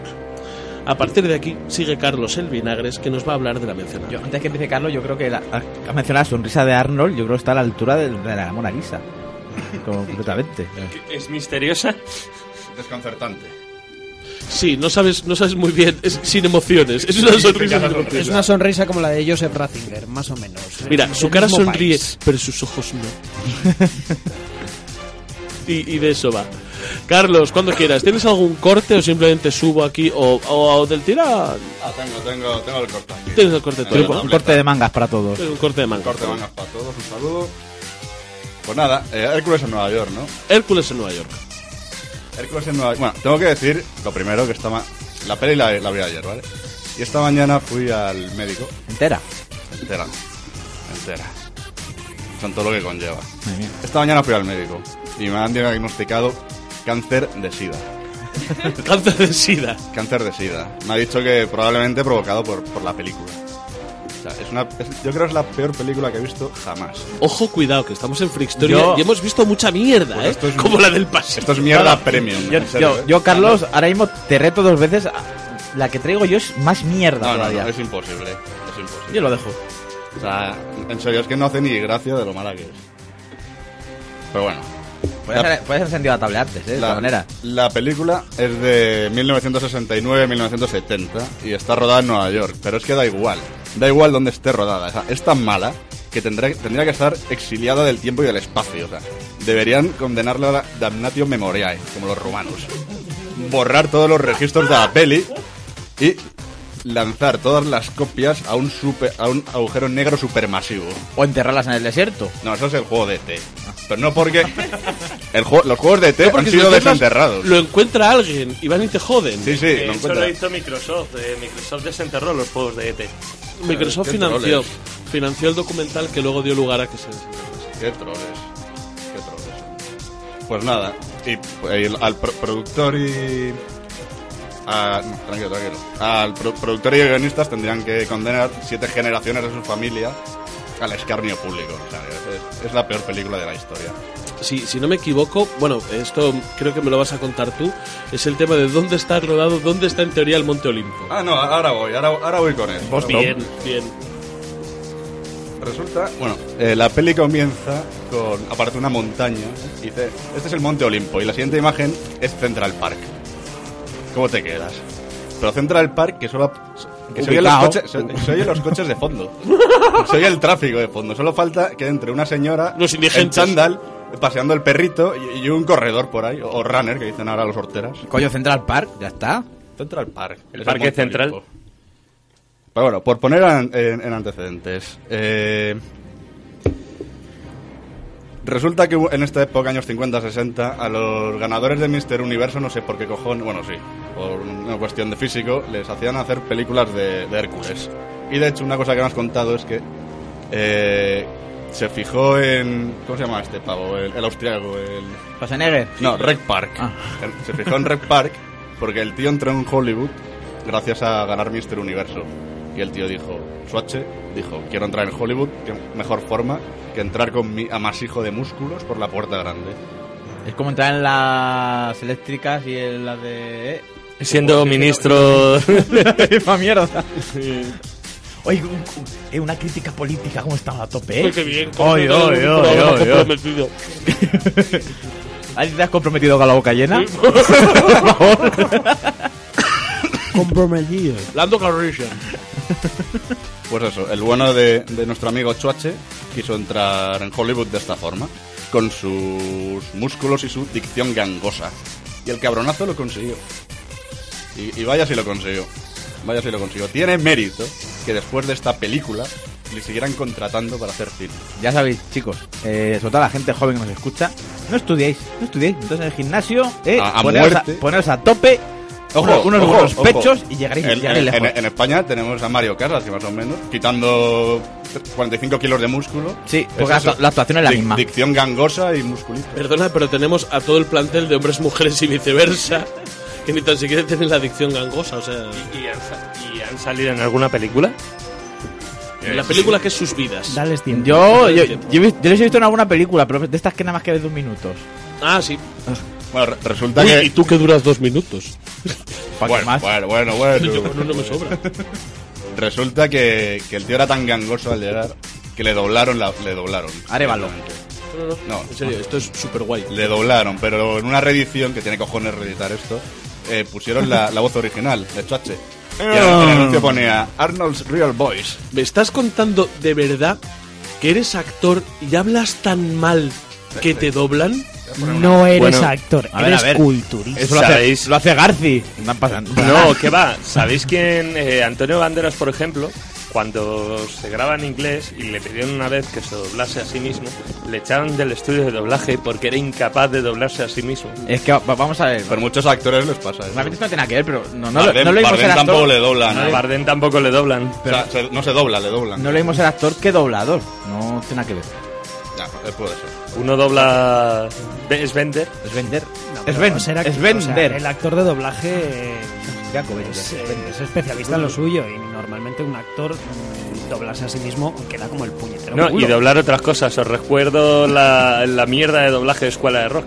A partir de aquí sigue Carlos el Vinagres que nos va a hablar de la mencionada. Yo, antes que empiece Carlos, yo creo que la, ha mencionado la sonrisa de Arnold, yo creo que está a la altura de, de la Mona Lisa. Como completamente. ¿Es misteriosa? Desconcertante. Sí, no sabes, no sabes muy bien, es sin emociones, es una sonrisa sin emociones. Es una sonrisa como la de Joseph Ratzinger, más o menos. Mira, Del su cara mismo sonríe, país. pero sus ojos no. y, y de eso va. Carlos, cuando quieras, ¿tienes algún corte o simplemente subo aquí o, o- o del tirón? Ah, tengo, tengo, tengo el corte aquí. Tienes el corte Tengo todo, la ¿no? tableta. Corte de mangas para todos. Es un corte de manga. Corte de mangas para todos, un saludo. Pues nada, eh, Hércules en Nueva York, ¿no? Hércules en Nueva York. Hércules en Nueva York. Bueno, tengo que decir lo primero que esta ma- La peli la, la vi ayer, ¿vale? Y esta mañana fui al médico. Entera. Entera. Entera. Con todo lo que conlleva. Esta mañana fui al médico y me han diagnosticado cáncer de sida. Cáncer de sida. Cáncer de sida. Me ha dicho que probablemente provocado por, por la película. O sea, es una, es- yo creo que es la peor película que he visto jamás. Ojo, cuidado, que estamos en Frickstoria Yo- y hemos visto mucha mierda, Pues ¿eh? esto es- Como la del pase. Esto es mierda premium. Yo, en serio, yo- ¿eh? yo, Carlos, ahora mismo te reto dos veces. a- La que traigo yo es más mierda No, no, todavía. no, es imposible. Es imposible. Yo lo dejo. O sea, en serio, es que no hace ni gracia de lo mala que es. Pero bueno. Puedes La- haber, puedes haber encendido la tablet antes, ¿eh? De todas maneras. la película es de 1969-1970 y está rodada en Nueva York, pero es que da igual. Da igual dónde esté rodada. O sea, es tan mala que tendrá, tendría que estar exiliada del tiempo y del espacio. O sea, deberían condenarla a la damnatio memoriae, como los romanos. Borrar todos los registros de la peli y lanzar todas las copias a un, super- a un agujero negro supermasivo. O enterrarlas en el desierto. No, eso es el juego de E T. Pero no porque. El juego, los juegos de E T han Porque si sido lo encuentras, desenterrados. Lo encuentra alguien y van y te joden. Sí, Eh, sí, lo encuentras. Microsoft. eh, Microsoft desenterró los juegos de E ET. Microsoft Qué financió, troles. financió el documental que luego dio lugar a que se desenterrase. Qué troles. Qué troles. Pues nada. Y el- al pro- productor y. a- no, tranquilo, tranquilo. Al pro- productor y guionistas tendrían que condenar siete generaciones de su familia al escarnio público. O sea, es, es la peor película de la historia. si, si no me equivoco, bueno, esto creo que me lo vas a contar tú, es el tema de dónde está rodado, dónde está en teoría el Monte Olimpo. Ah, no, ahora voy, ahora, ahora voy con él. Oh, bien, bien. Resulta, bueno, eh, la peli comienza con. Aparece una montaña y dice: Este es el monte Olimpo. Y la siguiente imagen es Central Park. ¿Cómo te quedas? Pero Central Park, que solo. Que se, oyen los Ubicao. coches, se- se oyen los coches de fondo. Se oye el tráfico de fondo. Solo falta que entre una señora. Los en indigentes. chándal, paseando el perrito y, y un corredor por ahí. O runner, que dicen ahora los horteras. Coño, Central Park, ya está. Central Park. El, Parque Monte Central. Olimpo. Pero bueno, por poner an- en, en antecedentes. eh, resulta que en esta época, años 50-60, a los ganadores de Mister Universo, no sé por qué cojones, bueno, sí, por una cuestión de físico, les hacían hacer películas de, de Hércules. Y de hecho, una cosa que me has contado es que eh, se fijó en. ¿Cómo se llama este pavo? El, el austriaco, el. Schwarzenegger. No, Rec Park. Ah. Se fijó en Rec Park Porque el tío entró en Hollywood gracias a ganar Mister Universo. Y el tío dijo, Suache, dijo, quiero entrar en Hollywood, qué mejor forma que entrar con mi amasijo de músculos por la puerta grande. Es como entrar en las eléctricas y en las de. eh, Siendo ministro. La misma mierda. Oye, un- un- eh, una crítica política, ¿cómo estamos a tope, eh? Uy, qué bien, cómo Oye, se trata oye, de un oye, programa oye, oye. comprometido. ¿A ti te has comprometido con la boca llena? Sí. Por favor. Comprometido. Lando Calrissian. Pues eso, el bueno de, de nuestro amigo Chuache quiso entrar en Hollywood de esta forma, con sus músculos y su dicción gangosa. Y el cabronazo lo consiguió. Y, y vaya si lo consiguió. Vaya si lo consiguió. Tiene mérito que después de esta película le siguieran contratando para hacer cine. Ya sabéis, chicos, eh, sobre todo la gente joven que nos escucha, no estudiéis, no estudiéis. Entonces en el gimnasio, eh, A- a poneros, muerte. poneros a tope, unos- unos ojo, buenos ojo. pechos y llegaréis, En, llegaréis en- lejos. en- en España tenemos a Mario Casas, que más o menos, quitando 45 kilos de músculo. Sí, porque eso. Pues la- la actuación es la misma. Dicción gangosa y musculito. Perdona, pero tenemos a todo el plantel de hombres, mujeres y viceversa que ni tan siquiera tienen la adicción gangosa. O sea, ¿Y han, sa- y han salido en alguna película? en la película que es sus vidas. Dales tiempo. Yo, yo, yo, he vis- yo los he visto en alguna película, pero de estas que nada más que ves dos minutos. Ah, sí. Bueno, re- resulta Uy, que... y tú que duras dos minutos. ¿Para bueno, más? bueno, bueno, bueno. Yo con uno me sobra. Resulta que, que el tío era tan gangoso al llegar que le doblaron la, le doblaron. Arévalo. No, no, no. No. En serio, esto es súper guay. Le doblaron, pero en una reedición, que tiene cojones reeditar esto, eh, pusieron la, la voz original de Chache. Y en el anuncio ponía Arnold's Real Voice. ¿Me estás contando de verdad que eres actor y hablas tan mal que te doblan? No eres Bueno, actor, a ver, eres a ver. culturista. Eso lo hace, ¿Sabéis? lo hace Garci. No pasa- no pasa nada. No, ¿qué va? ¿Sabéis quién? eh, Antonio Banderas, por ejemplo, cuando se graba en inglés y le pidieron una vez que se doblase a sí mismo, le echaron del estudio de doblaje porque era incapaz de doblarse a sí mismo. Es que va- vamos a ver. Pero muchos actores les pasa eso. Realmente esto no tiene nada que ver, pero no, no, Bardem- lo, no lo mismo Bardem ser actor. tampoco le doblan. A Bardem tampoco le doblan. O sea, se- no se dobla, le doblan. No lo mismo ser actor que doblador. No tiene nada que ver. Ya, eh, puede ser. Uno dobla... Es Bender. Es vender. No, es pero vender. ser actor, es o sea, vender. el actor de doblaje eh, Ya, como es, ya, eh, vender. es especialista en lo suyo y normalmente un actor mm, doblarse a sí mismo queda como el puñetero. No, culo. y doblar otras cosas. Os recuerdo la, la mierda de doblaje de Escuela de Rock.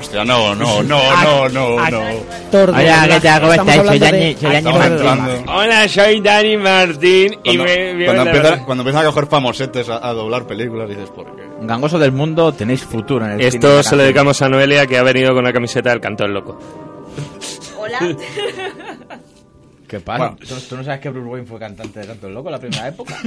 Hostia, no, no, no, no, no, no. Actor de Hola, doblaje. ¿qué tal? ¿Cómo Estamos estáis? hablando Soy de Dani- soy actor Dani Estamos de entrando. doblaje. Hola, soy Dani Martín Cuando, cuando empiezan, cuando empiezan a coger famosetes a, a doblar películas, dices, ¿por qué? Gangoso del mundo, tenéis futuro en el cine Esto de se lo Garci. dedicamos a Noelia, que ha venido con la camiseta del Cantón Loco. Hola. ¿Qué pasa? Bueno. ¿Tú, tú no sabes que Bruce Wayne fue cantante de Canto Loco en la primera época?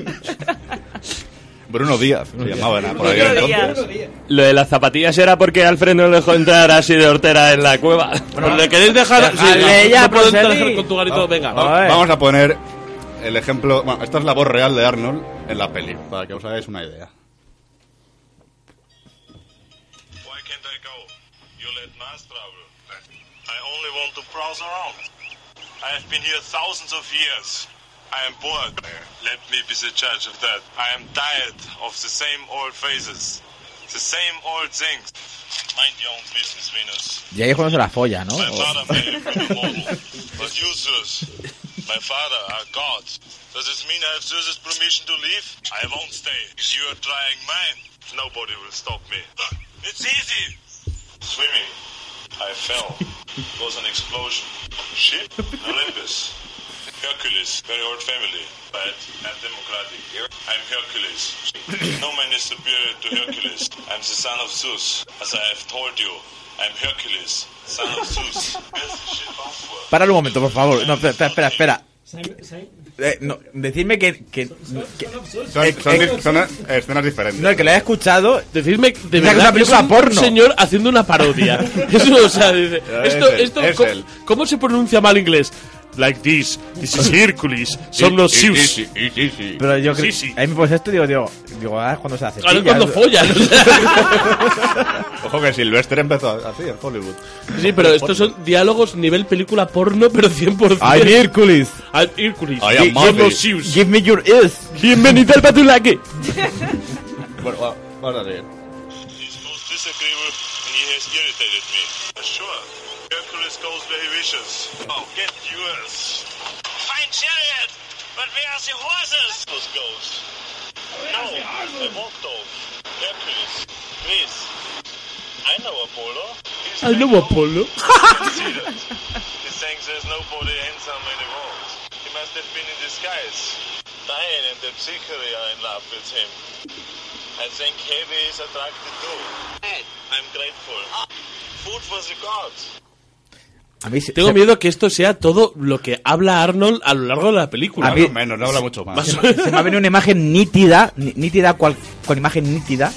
Bruno Díaz, se llamaba ¿no? por ahí Bruno entonces. Lo de las zapatillas era porque Alfred no le dejó entrar así de hortera en la cueva. Pues le queréis dejar. Dale, ya, no puedo Proselí. dejar con tu garito, venga. Va- Oye. Vamos a poner el ejemplo. Bueno, esta es la voz real de Arnold en la peli, para que os hagáis una idea. Why can't I go? You'll let mass trouble. I only want to browse around. I have been here thousands of years. I am bored. Let me be the judge of that. I am tired of the same old faces, the same old things. Mind your own business, Venus. y ahí es cuando se la folla, ¿no? My O- father may have been a model, but useless. My father, our God. Does this mean I have Zeus's permission to leave? I won't stay. You are trying mine. Nobody will stop me. It's easy. Swimming. I fell. It was an explosion. Ship? Olympus. Hercules, very old family, but I'm democratic. I'm Hercules. No man is superior to Hercules. I'm the son of Zeus. As I have told you, I'm Hercules, son of Zeus. Best ship of Páralo un momento, por favor. No, espera, espera, espera, espera. Eh, no, decidme que, que, que- Son, son di- son, eh, escenas diferentes. No, el que lo haya escuchado. Decidme de Mira, que es verdad una que es película un porno. señor haciendo una parodia. Eso, o sea, dice, Es esto, él, esto, es ¿cómo, él. cómo se pronuncia mal inglés? Like this, this is Hercules, Sí, Eh, son los sí, Zeus. sí, sí, sí, sí. Pero yo creo. Sí, sí. Ahí me pones esto y digo, digo, digo, ah, cuando se hace. Ahora es tía, cuando es- follan. o sea. Ojo que Silvestre empezó así en Hollywood. sí, pero estos son diálogos nivel película porno, pero 100%. I'm Hércules. I'm Hércules, I am son los eh. Murphy. Zeus. Give me your ears. Bienvenido al Patulaque. Bueno, va- vamos a seguir. He's most disagreeable and he has irritated me. Sure, Hercules goes where he wishes. wishes. Oh, get yours. Fine chariot, but where are the horses? Those ghosts. No, I walk those. There, please. Please. I know Apollo. He's Al nuevo Apolo. he thinks there's nobody handsome in the world. He must have been in disguise. Diane and the Chicory are in love with him. I think Heavy is attracted too. I'm grateful. Ah, Food for the gods. Tengo miedo que esto sea todo lo que habla Arnold a lo largo de la película. A mí- Más o menos, no habla mucho más. Se me- se me ha venido una imagen nítida, ni- nítida, cual, con imagen nítida.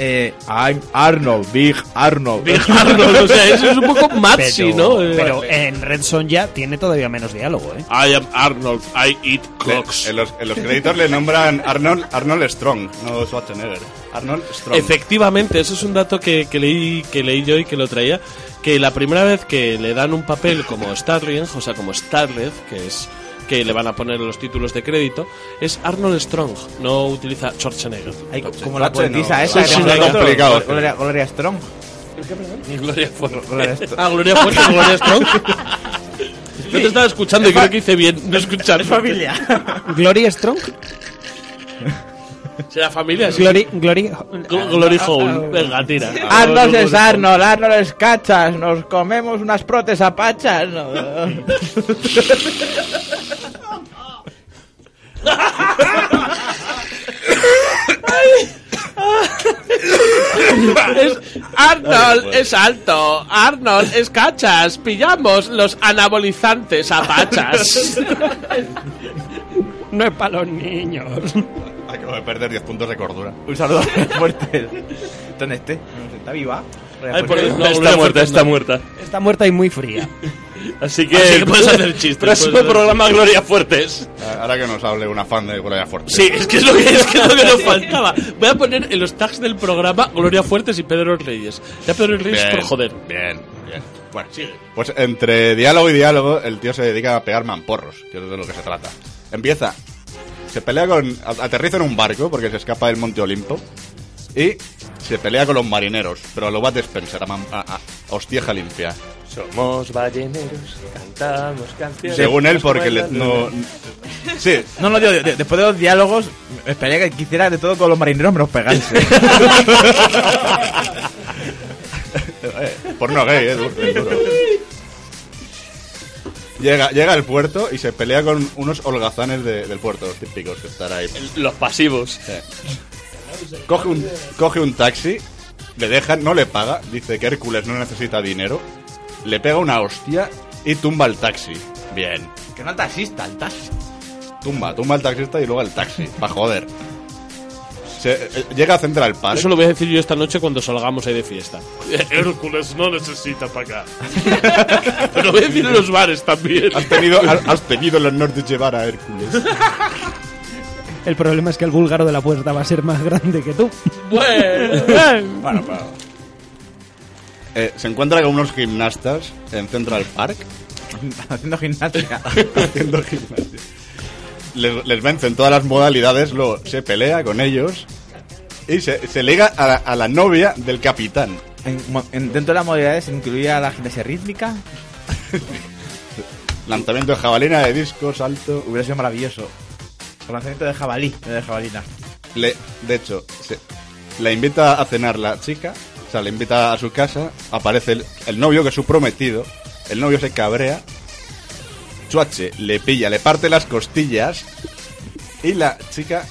Eh, I'm Arnold, Big Arnold. Big Arnold, o sea, eso es un poco Ah, Maxi, Pero- ¿no? Pero Eh, en Red Sonja tiene todavía menos diálogo, ¿eh? I am Arnold, I eat clocks. en, los, en los créditos le nombran Arnold, Arnold Strong, no Schwarzenegger. Arnold Strong. Efectivamente, eso es un dato que, que leí, que leí yo y que lo traía, que la primera vez que le dan un papel como Starling, o sea, como Starlet, que es que le van a poner en los títulos de crédito, es Arnold Strong, no utiliza Schwarzenegger. Como la poetisa esa. que Schwarzenegger. era- Gloria, Gloria Strong. Gloria Fuerte. Gloria Strong. Ah, Gloria Fuerte, Gloria Strong. No te estaba escuchando y creo que hice bien no escuchar. familia. Glory Strong. ¿Será familia? sí. Glory, Glory, Gl- Glory Hole. Venga, tira. Arnold es Ah, Arnold, Arnold es cachas, nos comemos unas protes apachas. No. Es- Arnold es alto, Arnold es cachas, pillamos los anabolizantes apachas. No es para los niños. Acabo de perder 10 puntos de cordura. Un saludo a Gloria Fuertes. ¿Dónde esté? No sé, ¿Está viva? Ay, por Dios, no, Está Gloria muerta, Fuertes está no. muerta. Está muerta y muy fría. Así que- que puedes hacer chistes. Próximo puedes hacer- programa Gloria Fuertes. Ahora que nos hable una fan de Gloria Fuerte. Sí, es que es lo que, es que es lo que nos faltaba. Voy a poner en los tags del programa Gloria Fuertes y Pedro Reyes. Ya Pedro Reyes Bien, por joder. Bien, bien. Bueno, Pues entre diálogo y diálogo, el tío se dedica a pegar mamporros, que es de lo que se trata. Empieza. Se pelea con. a- Aterriza en un barco porque se escapa del Monte Olimpo. Y se pelea con los marineros, pero a lo va Spencer, a, mam- a- a hostieja limpia. Somos balleneros, cantamos canciones. Según él, porque le- no. Sí. No, no, tío, de- de- después de los diálogos, me esperé que quisiera de todo con los marineros menos pegarse. Eh, porno gay, eh, duro, es duro. Llega, llega al puerto y se pelea con unos holgazanes de- del puerto, los típicos que estará ahí. Los pasivos. Coge un, coge un taxi, le dejan, no le paga, dice que Hércules no necesita dinero, le pega una hostia y tumba el taxi. Bien. que no el taxista, el taxi. Tumba, tumba al taxista y luego al taxi, para joder. Se- eh, llega a Central Park. Eso lo voy a decir yo esta noche cuando salgamos ahí de fiesta. Hércules no necesita pagar. Pero lo voy a decir en los bares también. Has tenido, has, has tenido el honor de llevar a Hércules. El problema es que el búlgaro de la puerta va a ser más grande que tú. pues. bueno, pero- Eh, se encuentra con unos gimnastas en Central Park. Haciendo gimnasia. Haciendo gimnasia. Les, les vence en todas las modalidades, luego se pelea con ellos y se, se liga a la, a la novia del capitán. En mo- en- dentro de las modalidades se incluía la gimnasia rítmica. Lanzamiento de jabalina, de disco, salto. Hubiera sido maravilloso. El lanzamiento de jabalí, no de jabalina. Le, de hecho, se- la invita a cenar la chica, o sea, le invita a su casa, aparece el, el novio que es su prometido, el novio se cabrea, Chuache le pilla, le parte las costillas y la chica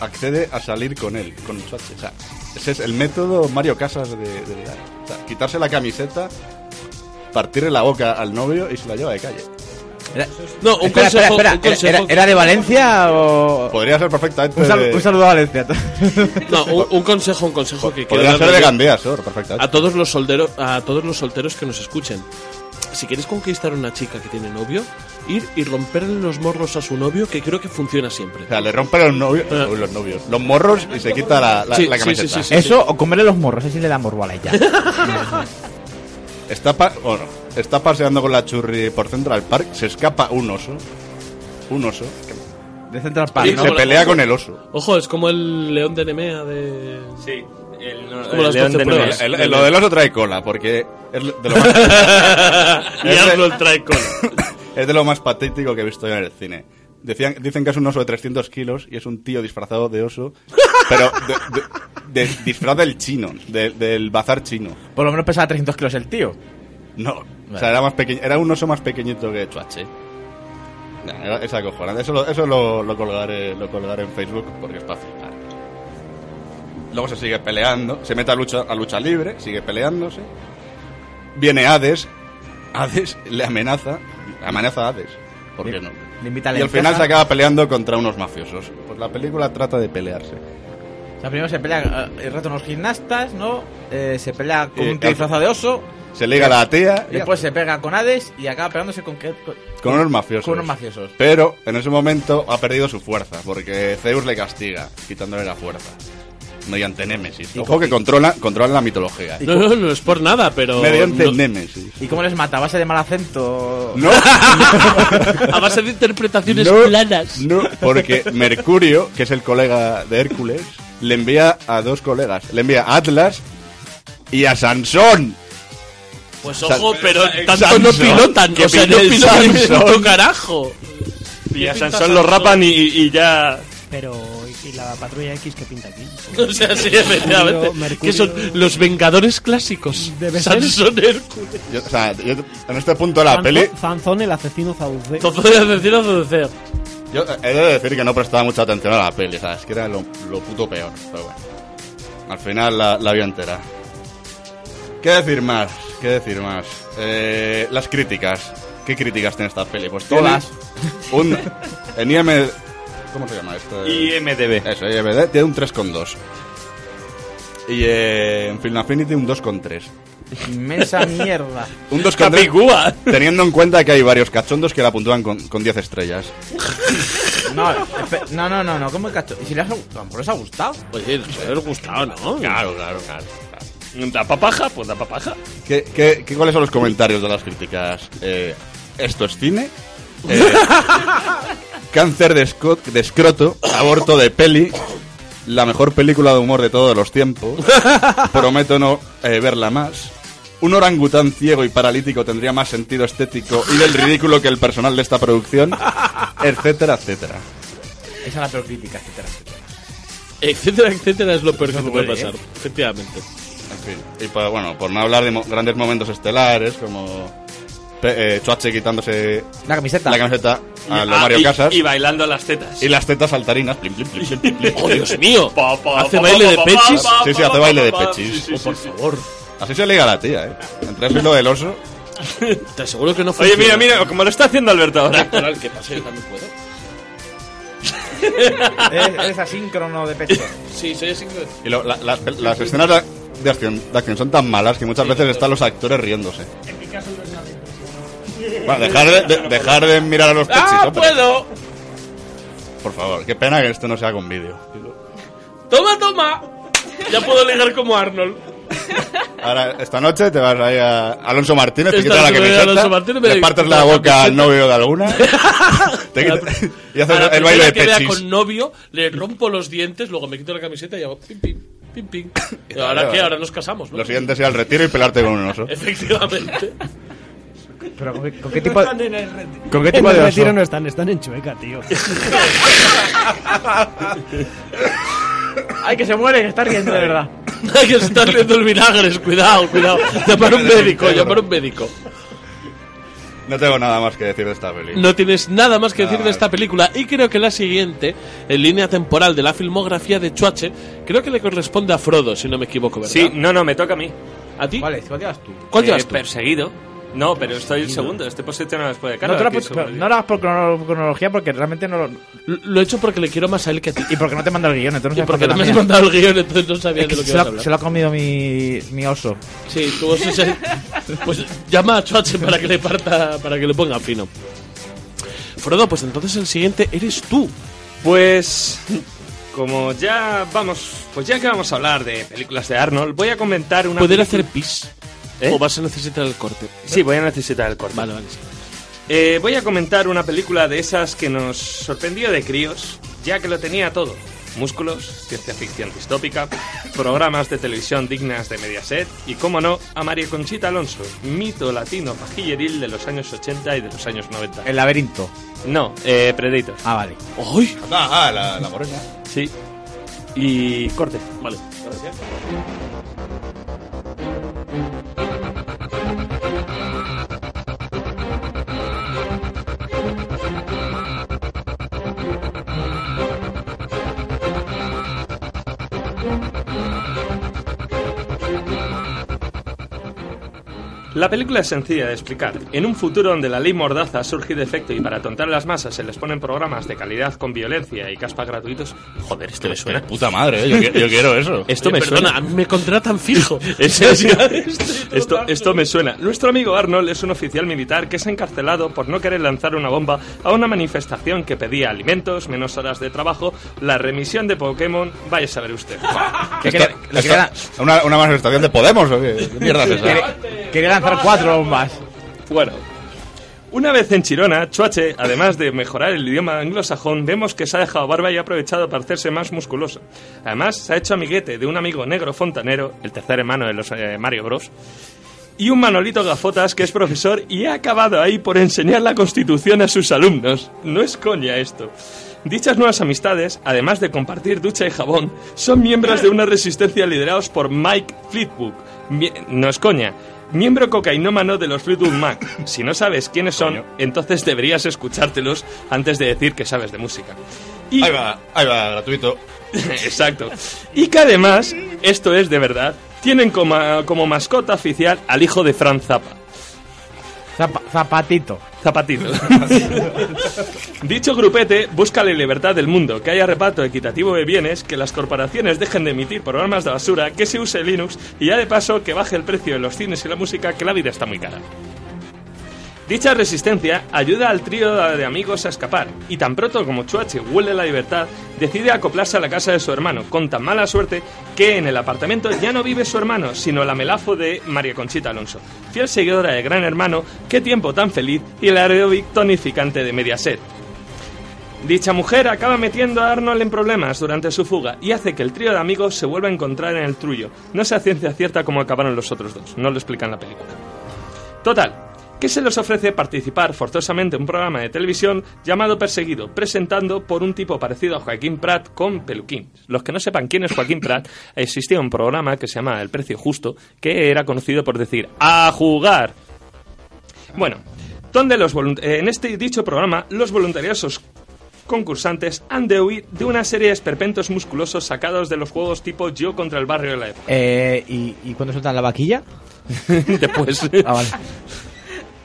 accede a salir con él, con Chuache. O sea, ese es el método Mario Casas de, de ligar. O sea, quitarse la camiseta, partirle la boca al novio y se la lleva de calle. No, un Espera, consejo, espera, espera. un consejo. ¿Era, era- era de Valencia o...? Podría ser perfectamente Un, sal- de- un saludo a Valencia. No, un, un consejo, un consejo que Podría ser quiero darle de yo Gandía, Sor, perfectamente. A todos los solteros, a todos los solteros que nos escuchen. Si quieres conquistar a una chica que tiene novio, ir y romperle los morros a su novio, que creo que funciona siempre. O sea, le rompe los novios, uy, los novios, los morros y se quita la, la- Ah. Sí, la sí, camiseta. sí, sí, Eso o comerle los morros, así le da morbo a la ella. Está, pa- bueno, está paseando con la churri por Central Park, se escapa un oso. Un oso. De Central Y se pelea con el oso. Ojo, es como el león de Nemea de. Sí. El, no- El el león de Ness. El, el- lo del oso trae cola, porque es de lo más... Y Es de- Arnold trae cola. es de lo más patético que he visto yo en el cine. Decían, dicen que es un oso de 300 kilos y es un tío disfrazado de oso, pero de, de- de- disfraz del chino, de- del bazar chino. Por lo menos pesaba 300 kilos el tío. No, o sea, era, más pequeño, era un oso más pequeñito que Chuache. Nah, era- es acojonante. Eso, lo, eso lo, lo colgaré, lo colgaré en Facebook porque es para flipar. Luego se sigue peleando, se mete a lucha, a lucha libre, sigue peleándose. Viene Hades, Hades le amenaza, amenaza a Hades. ¿Por qué no? Le invita a la y al final empresa. se acaba peleando contra unos mafiosos. Pues la película trata de pelearse. O sea, primero se pelea eh, el rato unos gimnastas, ¿no? Eh, se pelea con Eh, un tío al- disfrazado de oso. Se liga a la atea y Después se pega con Hades y acaba pegándose con, qué- con, Con unos mafiosos. con unos mafiosos. Pero en ese momento ha perdido su fuerza, porque Zeus le castiga, quitándole la fuerza. Mediante Némesis. Y Ojo co- que y- controla, controlan la mitología. ¿eh? No, no, es por nada, pero. Mediante no- Némesis. ¿Y cómo les mata? ¿A base de mal acento? No. A base de interpretaciones No, planas. No, porque Mercurio, que es el colega de Hércules, le envía a dos colegas. Le envía a Atlas y a Sansón. Pues Sa- ojo, pero eh, tanto Sansón, no pilotan. que O sea, no pide el pilotan Sansón. tanto carajo. Y a Sansón lo rapan y, y ya. Pero, ¿y la patrulla X que pinta aquí? O sea, sí, efectivamente. Que son los Vengadores clásicos. Debe ser. Sansón Hércules. Yo- o sea, yo- en este punto de la Zanzo- peli, Zanzón, el asesino Zauce. Todo de decir o deducir. yo eh, he de decir que no prestaba mucha atención a la peli, ¿sabes? Que era lo, lo puto peor. Pero bueno. Al final la, la vi entera. ¿Qué decir más? ¿Qué decir más? Eh, las críticas. ¿Qué críticas tiene esta peli? Pues tiene Todas. Un, en IMD... ¿Cómo se llama esto? IMDB. Eso, IMDB tiene un 3,2. Y eh, en Film Affinity un 2,3. Inmensa mierda. Un 2,3. Teniendo en cuenta que hay varios cachondos que la puntúan con, con 10 estrellas. No, espe- no, no, no, no, ¿cómo el cacho? ¿Y si le has, ¿Por les ha gustado? Oye, les ha gustado, ¿no? Claro, claro, claro. Da papaja, pues da papaja. ¿Qué, qué- qué- cuáles son los comentarios de las críticas? Eh, ¿Esto es cine? Eh, cáncer de, esco- de escroto, aborto de peli, la mejor película de humor de todos los tiempos. Prometo no eh, verla más. Un orangután ciego y paralítico tendría más sentido estético y del ridículo que el personal de esta producción, etcétera, etcétera. Esa es la peor crítica, etcétera, etcétera. Etcétera, etcétera, es lo peor que te puede duele, pasar. Efectivamente. En fin, y pues, bueno, por no hablar de mo- grandes momentos estelares como pe- eh, Chuache quitándose La camiseta. la camiseta a lo Ah, Mario y, Casas Y y, bailando las tetas. las tetas saltarinas. Plim, plim, plim, plim, plim, plim. ¡Oh, Dios mío! Pa, pa, ¿Hace pa, baile pa, de pa, pechis? pa, pa, Sí, sí, pa, hace pa, baile de pa, pa. pechis. Sí, sí, Oh, por sí, sí. favor. Así se liga la tía, ¿eh? Entre eso y lo del oso. Te aseguro que no fue. Oye, mira, mira, como lo está haciendo Alberto ahora. que pasa, yo también puedo. Es, es asíncrono de pecho. Sí, soy asíncrono. Y lo- la- la- las escenas de, de acción, de acción son tan malas que muchas veces están los actores riéndose. Bueno, dejar de, de- dejar de mirar a los pechis, ¡Ah, ¿no? Pero, puedo! por favor, qué pena que esto no sea con vídeo. ¡Toma, toma! Ya puedo ligar como Arnold. Ahora, esta noche te vas ahí a Alonso Martínez, te Esta quitas la noche me voy a camiseta, Alonso Martínez, me le partes quito la la boca al camiseta. novio de alguna te A la quitas- y haces a la el primera baile de que vea pechis. con novio, le rompo los dientes, luego me quito la camiseta y hago pim, pim, pim, pim. Y Vale, ¿Ahora qué? vale. Ahora nos casamos, ¿no? Lo siguiente será el retiro y pelarte con un oso. Efectivamente. Pero ¿con qué, con qué tipo de.? ¿Con qué En tipo el de retiro oso? no están, están en Chueca, tío. ¡Ay, que se muere! Que está riendo, de verdad. Hay que estar viendo el vinagres, cuidado, cuidado. Llamar a un médico, llamar a un médico. No tengo nada más que decir de esta película. No tienes nada más que Nada decir de más. esta película y creo que la siguiente, en línea temporal de la filmografía de Chuache, creo que le corresponde a Frodo, si no me equivoco, ¿verdad? Sí, no, no, me toca a mí. ¿A ti? ¿Cuál es? ¿Cuál llevas tú? ¿Cuál Eh, llevas tú? Perseguido. No, pero estoy el segundo, estoy posicionado después de No, Carlos. tú la aquí, put- sobre- pero no lo hagas por crono- cronología porque realmente no lo. Lo lo he hecho porque le quiero más a él que a ti. Y porque no te manda el guión, entonces Y no sabes porque no por me qué has la mía. mandado el guión, entonces no Es sabía que de lo que se, ibas a lo, se hablar. lo ha comido mi, mi oso. Sí, tú vos- Pues llama a Chuache para que le parta, para que le ponga fino. Frodo, pues entonces el siguiente eres tú. Pues como ya vamos, pues ya que vamos a hablar de películas de Arnold, voy a comentar una. ¿Poder película- hacer pis? ¿Eh? ¿O vas a necesitar el corte? Sí, voy a necesitar el corte. Vale, vale. sí. Eh, voy a comentar una película de esas que nos sorprendió de críos, ya que lo tenía todo. músculos, ciencia ficción distópica, programas de televisión dignas de Mediaset y, cómo no, a María Conchita Alonso, mito latino pajilleril de los años 80 y de los años 90. El laberinto. No, eh, Predator. Ah, vale. ¡Uy! Ah, ah, la, la morena. Sí. Y corte. Vale. La película es sencilla de explicar. En un futuro donde la ley mordaza surge de efecto y para tontar a las masas se les ponen programas de calidad con violencia y caspa gratuitos. Joder, esto me suena. Puta madre, eh, yo, qui- yo quiero eso. Esto me Perdona, suena. a mí me contratan fijo. En serio. esto, esto me suena. Nuestro amigo Arnold es un oficial militar que es encarcelado por no querer lanzar una bomba a una manifestación que pedía alimentos, menos horas de trabajo, la remisión de Pokémon. Vaya a saber usted. Ah. Esto- esto- una, una manifestación de Podemos, ¿o qué? ¿Qué mierda es esa? Quería lanzar cuatro bombas. Bueno. Una vez en Chirona, Chuache, además de mejorar el idioma anglosajón, vemos que se ha dejado barba y ha aprovechado para hacerse más musculoso. Además, se ha hecho amiguete de un amigo negro fontanero, el tercer hermano de los eh, Mario Bros. Y un Manolito Gafotas que es profesor y ha acabado ahí por enseñar la Constitución a sus alumnos. No es coña esto. Dichas nuevas amistades, además de compartir ducha y jabón, son miembros de una resistencia liderados por Mike Fleetwood. Mie- no es coña. Miembro cocainómano de los Fleetwood Mac. Si no sabes quiénes son, entonces deberías escuchártelos antes de decir que sabes de música. Y- Ahí va, ahí va, gratuito. Exacto. Y que además, esto es de verdad, tienen como, como mascota oficial al hijo de Franz Zappa. zapatito. Zapatito. Dicho grupete busca la libertad del mundo, que haya reparto equitativo de bienes, que las corporaciones dejen de emitir programas de basura, que se use Linux y ya de paso que baje el precio de los cines y la música, que la vida está muy cara. Dicha resistencia ayuda al trío de amigos a escapar, y tan pronto como Chuache huele la libertad, decide acoplarse a la casa de su hermano, con tan mala suerte que en el apartamento ya no vive su hermano, sino la melafo de María Conchita Alonso, fiel seguidora de Gran Hermano, qué tiempo tan feliz y el aeróbic tonificante de Mediaset. Dicha mujer acaba metiendo a Arnold en problemas durante su fuga y hace que el trío de amigos se vuelva a encontrar en el trullo. No se a ciencia cierta cómo acabaron los otros dos, no lo explica en la película. Total, que se les ofrece participar forzosamente en un programa de televisión llamado Perseguido, presentando por un tipo parecido a Joaquín Prat con peluquín. Los que no sepan quién es Joaquín Prat, existía un programa que se llamaba El Precio Justo, que era conocido por decir ¡A jugar! Bueno, donde los volun- eh, en este dicho programa, los voluntariosos concursantes han de huir de una serie de esperpentos musculosos sacados de los juegos tipo Yo contra el barrio de la época. Eh, ¿y, ¿Y cuándo sueltan la vaquilla? Después. Ah, vale.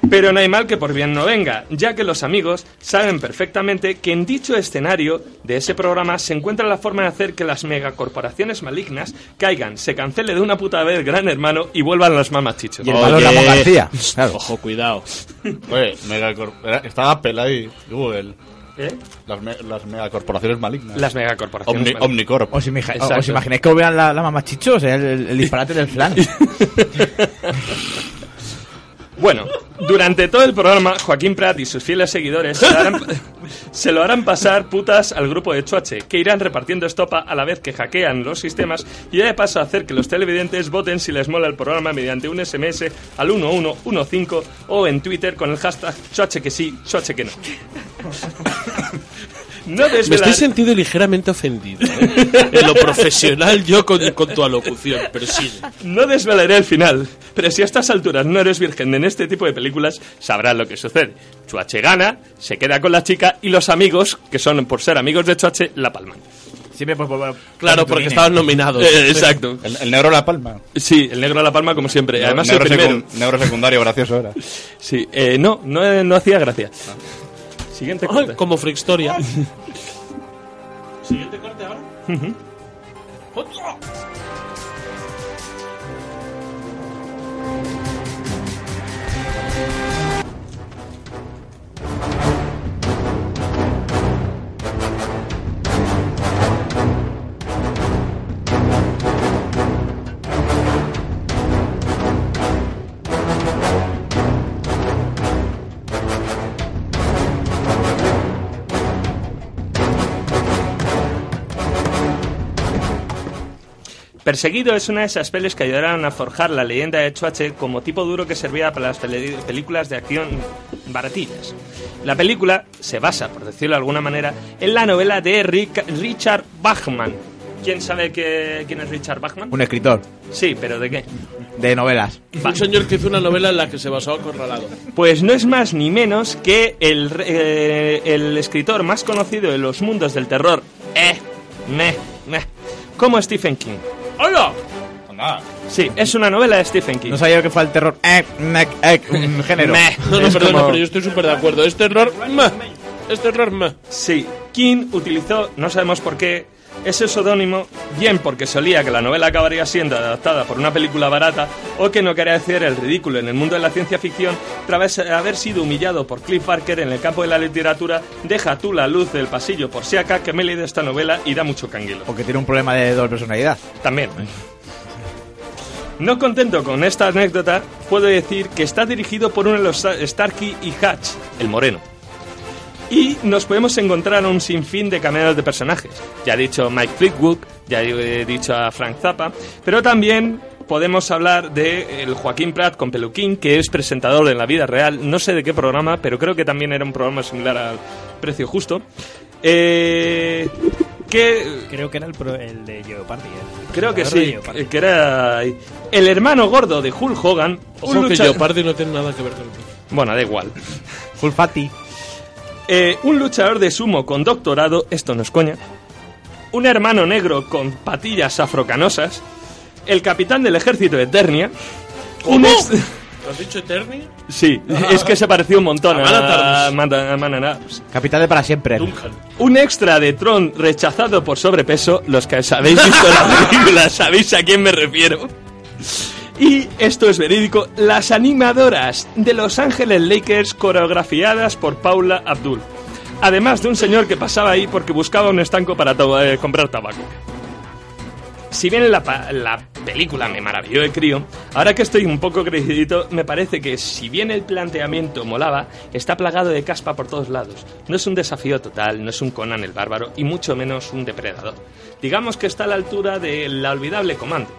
Pero no hay mal que por bien no venga, ya que los amigos saben perfectamente que en dicho escenario de ese programa se encuentra la forma de hacer que las megacorporaciones malignas caigan, se cancele de una puta vez Gran Hermano y vuelvan las mamas chichos. Y el valor Ramón García. Claro. Ojo, cuidado. Oye, megacorp... era- Estaba pelado ahí, Google. ¿Eh? Las, me- las megacorporaciones malignas. Las megacorporaciones Omni- malignas. Omnicorp. ¿Os, imagi- Exacto. os imagináis que vean la, la mamá chicho? O sea, el, el- el disparate del flan. Bueno, durante todo el programa, Joaquín Prat y sus fieles seguidores se, harán- se lo harán pasar putas al grupo de Choache, que irán repartiendo estopa a la vez que hackean los sistemas y ya de paso hacer que los televidentes voten si les mola el programa mediante un SMS al 1115 o en Twitter con el hashtag Choache que sí, Choache que no. No Me estoy desvelar- sentido ligeramente ofendido. ¿eh? En lo profesional, yo con, con tu alocución, pero sigue. No desvelaré el final, pero si a estas alturas no eres virgen en este tipo de películas, sabrás lo que sucede. Chuache gana, se queda con la chica y los amigos, que son por ser amigos de Chuache, la palman. Siempre, pues, pues, bueno, Claro, porque estaban nominados. Eh, exacto. El, el negro La Palma. Sí, el negro la palma como siempre. Además, el negro, primero. secu- negro secundario, gracioso era. Sí, eh, no, no, eh, no hacía gracia. Siguiente Ay, corte. como Frickstoria. Siguiente corte ahora. Perseguido es una de esas pelis que ayudaron a forjar la leyenda de Schwarzenegger como tipo duro que servía para las pele- películas de acción baratillas. La película se basa, por decirlo de alguna manera, en la novela de Rick- Richard Bachman. ¿Quién sabe qué- quién es Richard Bachman? Un escritor Sí, pero ¿de qué? de novelas. Un señor que hizo una novela en la que se basó acorralado. Pues no es más ni menos que el, re- eh, el escritor más conocido de los mundos del terror, eh, meh, meh, como Stephen King. ¡Hola! Sí, es una novela de Stephen King. No sabía que fue el terror. Eh, mec, eh, un género. Meh. No, no, Es perdona, como- pero yo estoy súper de acuerdo. Es terror. meh. Es terror. meh. Sí, King utilizó, no sabemos por qué, ese seudónimo, bien porque solía que la novela acabaría siendo adaptada por una película barata o que no quería hacer el ridículo en el mundo de la ciencia ficción tras haber sido humillado por Cliff Barker en el campo de la literatura Deja tú la luz del pasillo por si acá que me he leído esta novela y da mucho canguelo. Porque tiene un problema de doble personalidad. También. No contento con esta anécdota, puedo decir que está dirigido por uno de los Starkey y Hatch, el moreno. Y nos podemos encontrar a un sinfín de cameos de personajes. Ya he dicho Mike Fleetwood, ya he dicho a Frank Zappa, pero también podemos hablar de el Joaquín Prat con peluquín, que es presentador en la vida real, no sé de qué programa, pero creo que también era un programa similar al Precio Justo. Eh, que Creo que era el, pro- el de Jeopardy. ¿eh? el Creo que presentador de Jeopardy. sí, eh, eh. que era el hermano gordo de Hulk Hogan. Ojo que lucha- Jeopardy no tiene nada que ver con Bueno, da igual. Hulk Fatty. Eh, un luchador de sumo con doctorado, esto no es coña. Un hermano negro con patillas afrocanosas. El capitán del ejército de Eternia. Un ex- ¿Lo has dicho Eternia? Sí, es que se pareció un montón A a, Manhattan. a Man- a Man and Arms. Capital de para siempre. Un extra de Tron rechazado por sobrepeso, los que habéis visto la película sabéis a quién me refiero. Y esto es verídico, las animadoras de Los Ángeles Lakers coreografiadas por Paula Abdul. Además de un señor que pasaba ahí porque buscaba un estanco para to- eh, comprar tabaco. Si bien la, pa- la película me maravilló de crío, ahora que estoy un poco crecidito, me parece que si bien el planteamiento molaba, está plagado de caspa por todos lados. No es un desafío total, no es un Conan el bárbaro y mucho menos un depredador. Digamos que está a la altura de la olvidable comando.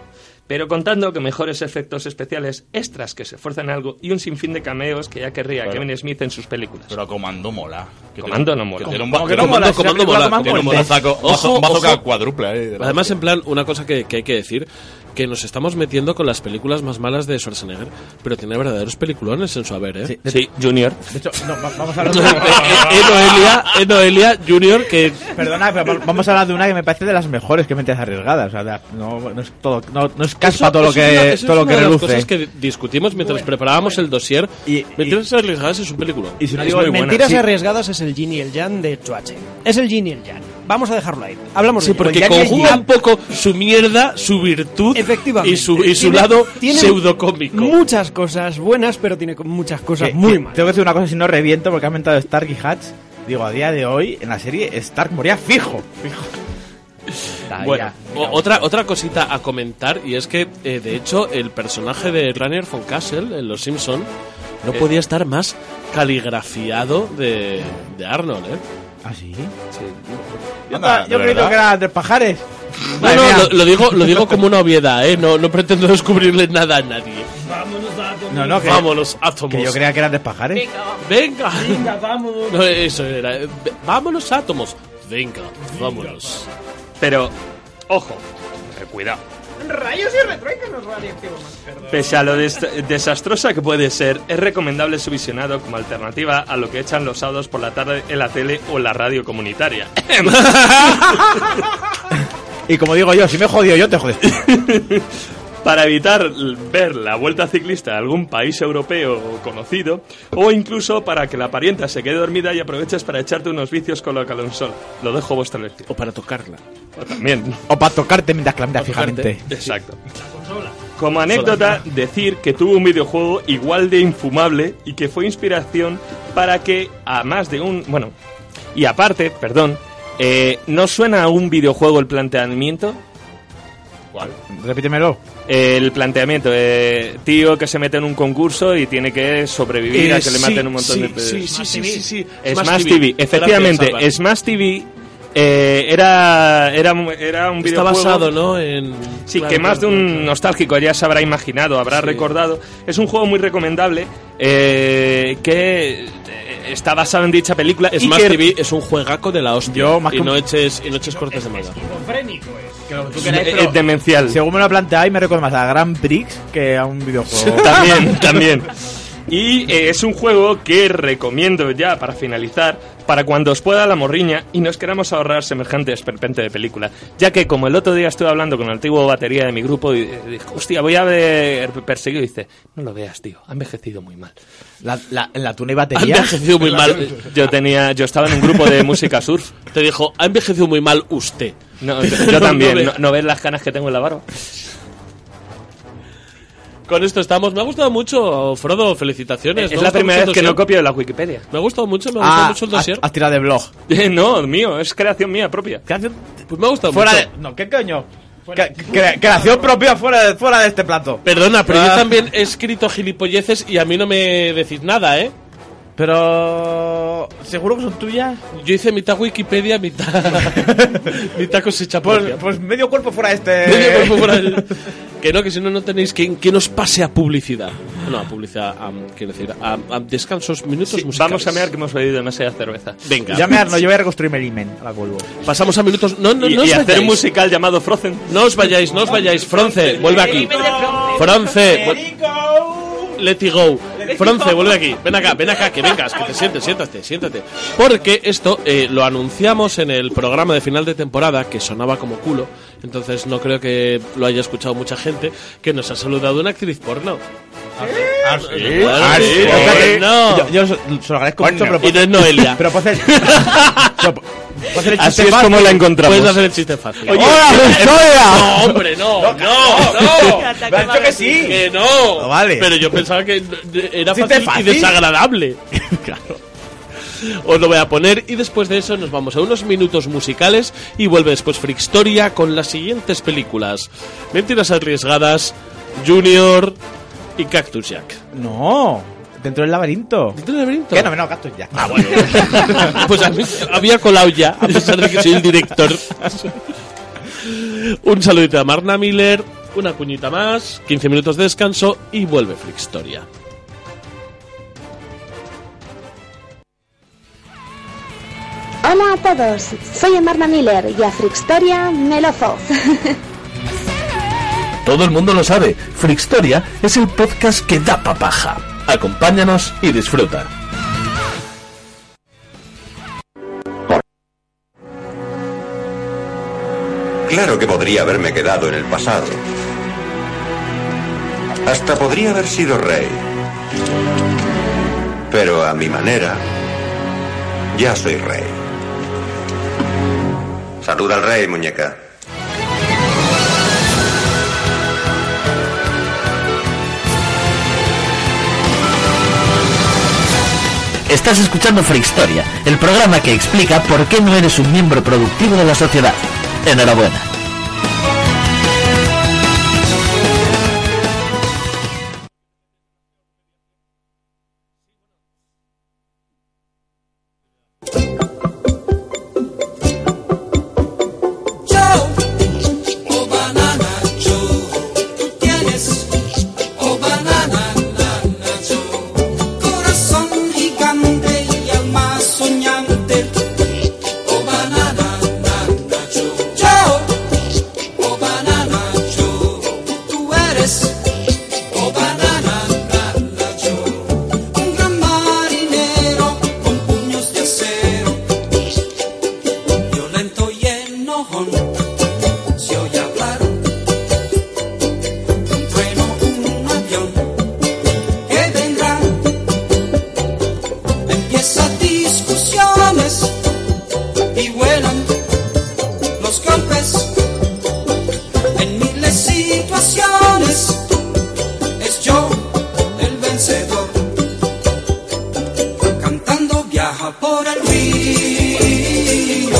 Pero contando que mejores efectos especiales, extras que se esfuerzan algo y un sinfín de cameos que ya querría Claro. Kevin Smith en sus películas. Pero Comando mola. Que Comando tiene- no mola. que tiene un ¿Cómo ba- que tiene un no mola? bazo- Si tiene la un película bazo- más tiene un fuerte. bazoco- bazo- Ojo, bazoca ojo. cuádruple, eh, de la- Además, en plan, una cosa que, que hay que decir, que nos estamos metiendo con las películas más malas de Schwarzenegger, pero tiene verdaderos peliculones en su haber, ¿eh? Sí, Junior. De hecho, no, va- vamos a Eh, hablar eh, Noelia, eh, Noelia Junior, que... Perdona, pero va- vamos a hablar de una que me parece de las mejores que mentes arriesgadas. O sea, de- no, no es todo, no, no es caspa Eso- todo lo eso es una- que, eso todo es lo que una de las reluce. cosas que di- discutimos mientras preparábamos el dossier. Mentiras arriesgadas es un película. Y si no Es digo muy buena. Mentiras Sí. arriesgadas es el Jin y el Jan de Chuache. Es el Jin y el Jan. Vamos a dejarlo ahí. Hablamos Sí, de ello. porque Pues ya que conjuga ya- un poco su mierda, su virtud Efectivamente. y su, y su Tiene- lado tiene pseudocómico. Muchas cosas buenas, pero tiene muchas cosas Que- muy que malas. Tengo que decir una cosa, si no reviento, porque ha inventado Stark y Hatch. Digo, a día de hoy, en la serie, Stark moría fijo. Fijo. Bueno, o- otra, otra cosita a comentar, y es que, eh, de hecho, el personaje de Rainer von Castle en Los Simpson no Eh. podía estar más caligrafiado de, de Arnold, ¿eh? ¿Ah, sí? Yo, Yo creí que era Andrés Pajares. Madre mía. lo, lo digo, lo digo como una obviedad, ¿eh? No, no pretendo descubrirle nada a nadie. No, no, que, Vámonos, átomos. que yo creía que era Andrés Eh. Pajares. Venga. Venga, vámonos. No, eso era. eh, ve- Vámonos, átomos. Venga, vámonos. Pero, ojo, eh, cuidado. Rayos y retruécanos radiactivos. Pese a lo des- desastrosa que puede ser, es recomendable su visionado como alternativa a lo que echan los sábados por la tarde en la tele o la radio comunitaria. Y como digo yo, si me he jodido yo, te jodes. tú. Para evitar l- ver la vuelta ciclista de algún país europeo conocido, o incluso para que la parienta se quede dormida y aproveches para echarte unos vicios con la calonsol. Lo dejo a vuestra elección. O para tocarla. también. O para tocarte mientras que la miras fijamente. Exacto. Como anécdota, decir que tuvo un videojuego igual de infumable y que fue inspiración para que a más de un... Bueno, y aparte, perdón, eh, ¿no suena a un videojuego el planteamiento? Repítemelo. El planteamiento, eh, tío que se mete en un concurso y tiene que sobrevivir a Eh, que le sí, maten un montón sí, de... sí, sí, sí, sí, sí. Smash TV, Gracias, efectivamente, Álvaro. Smash TV Eh, era, era, mu- era un Está videojuego... basado, ¿no? En... Sí, claro, que más de claro, un claro, claro. nostálgico ya se habrá imaginado, habrá Sí. recordado. Es un juego muy recomendable eh, que eh, está basado en dicha película. y Smash que- TV es un juegaco de la hostia. Yo, más y, que un- no eches, y no eches cortes de manga. eh, demencial. Eh, Según me lo planteáis, me recuerda más a Grand Prix que a un videojuego. también, también. Y eh, es un juego que recomiendo ya para finalizar, para cuando os pueda la morriña y nos queramos ahorrar semejante esperpente de película. Ya que como el otro día estuve hablando con el antiguo batería de mi grupo y eh, dije, hostia, voy a ver perseguido, y dice, no lo veas, tío, ha envejecido muy mal. La, la, la tuna y batería. Ha envejecido muy mal. Yo tenía, yo estaba en un grupo de música surf. Te dijo, ha envejecido muy mal usted. No, yo, yo también, no, no ves las canas que tengo en la barba? Con esto estamos. Me ha gustado mucho, Frodo. Es, Felicitaciones. Me ha la gustado primera mucho vez el que no dossier. copio de la Wikipedia. Me ha gustado mucho, me ha gustado mucho el has, dossier. has tirado de blog. no, mío, es creación mía propia. Pues me ha gustado Fuera mucho. de. No, ¿qué coño? Cre- cre- creación propia fuera de, fuera de este plato. Perdona, pero yo Ah. también he escrito gilipolleces y a mí no me decís nada, ¿eh? Pero. ¿Seguro que son tuyas? Yo hice mitad Wikipedia, mitad. mitad cosecha Pues, propia. pues medio cuerpo fuera de este. Medio Eh. cuerpo fuera del- Que no, que si no, no tenéis que, que nos pase a publicidad. No, a publicidad, a, quiero decir, a, a descansos, minutos Sí, musicales. vamos a mear que hemos bebido demasiada cerveza. Venga. Ya me arno, yo voy a reconstruirme el imen. Ahora vuelvo. Pasamos a minutos. No, no, y, no os y hacer vayáis. un musical llamado Frozen. No os vayáis, no os vayáis. Fronce, vuelve aquí. Fronce, vuel- let it go. Fronce, vuelve aquí. Ven acá, ven acá, que vengas, que te sientes, siéntate, siéntate. Porque esto eh, lo anunciamos en el programa de final de temporada, que sonaba como culo. Entonces no creo que lo haya escuchado mucha gente, que nos ha saludado una actriz porno. Ah, sí. Ah, sí. O sea que- No. Yo, yo se se lo agradezco Coño. mucho, pero. Y no es Noelia. Pero puedes hacer. pero puedes hacer el Así chiste es fácil. como la encontramos. Puedes hacer el chiste fácil. Oye, No, hombre, no, no, no. Me ha dicho que sí. Que no. No vale. Pero yo pensaba que era Sí, fácil, te fácil. y desagradable. claro. Os lo voy a poner y después de eso nos vamos a unos minutos musicales y vuelve después Frickstoria con las siguientes películas: Mentiras arriesgadas, Junior y Cactus Jack. No. Dentro del laberinto. ¿Dentro del laberinto? Que no, no, gasto ya. Ah, bueno. pues a mí- había colado ya, a pesar de que soy el director. Un saludito a Marna Miller, una cuñita más, 15 minutos de descanso y vuelve Flickstoria. Hola a todos, soy Marna Miller y a Frickstoria me lo fo. Todo el mundo lo sabe, Frickstoria es el podcast que da papaja. Acompáñanos y disfruta. Claro que podría haberme quedado en el pasado. Hasta podría haber sido rey. Pero a mi manera, ya soy rey. Saluda al rey, muñeca. Estás escuchando Frickstoria, el programa que explica por qué no eres un miembro productivo de la sociedad. Enhorabuena. Joe o banana Joe, tú tienes o banana nana Joe, corazón gigante y alma soñante, o banana nana Joe, Joe o banana Joe, tú eres o banana nana Joe, un gran marinero con puños de acero, violento y enojón. Se oye hablar de un trueno, un avión que vendrá. Empieza discusiones y vuelan los golpes en miles situaciones. Es yo el vencedor. Cantando viaja por el río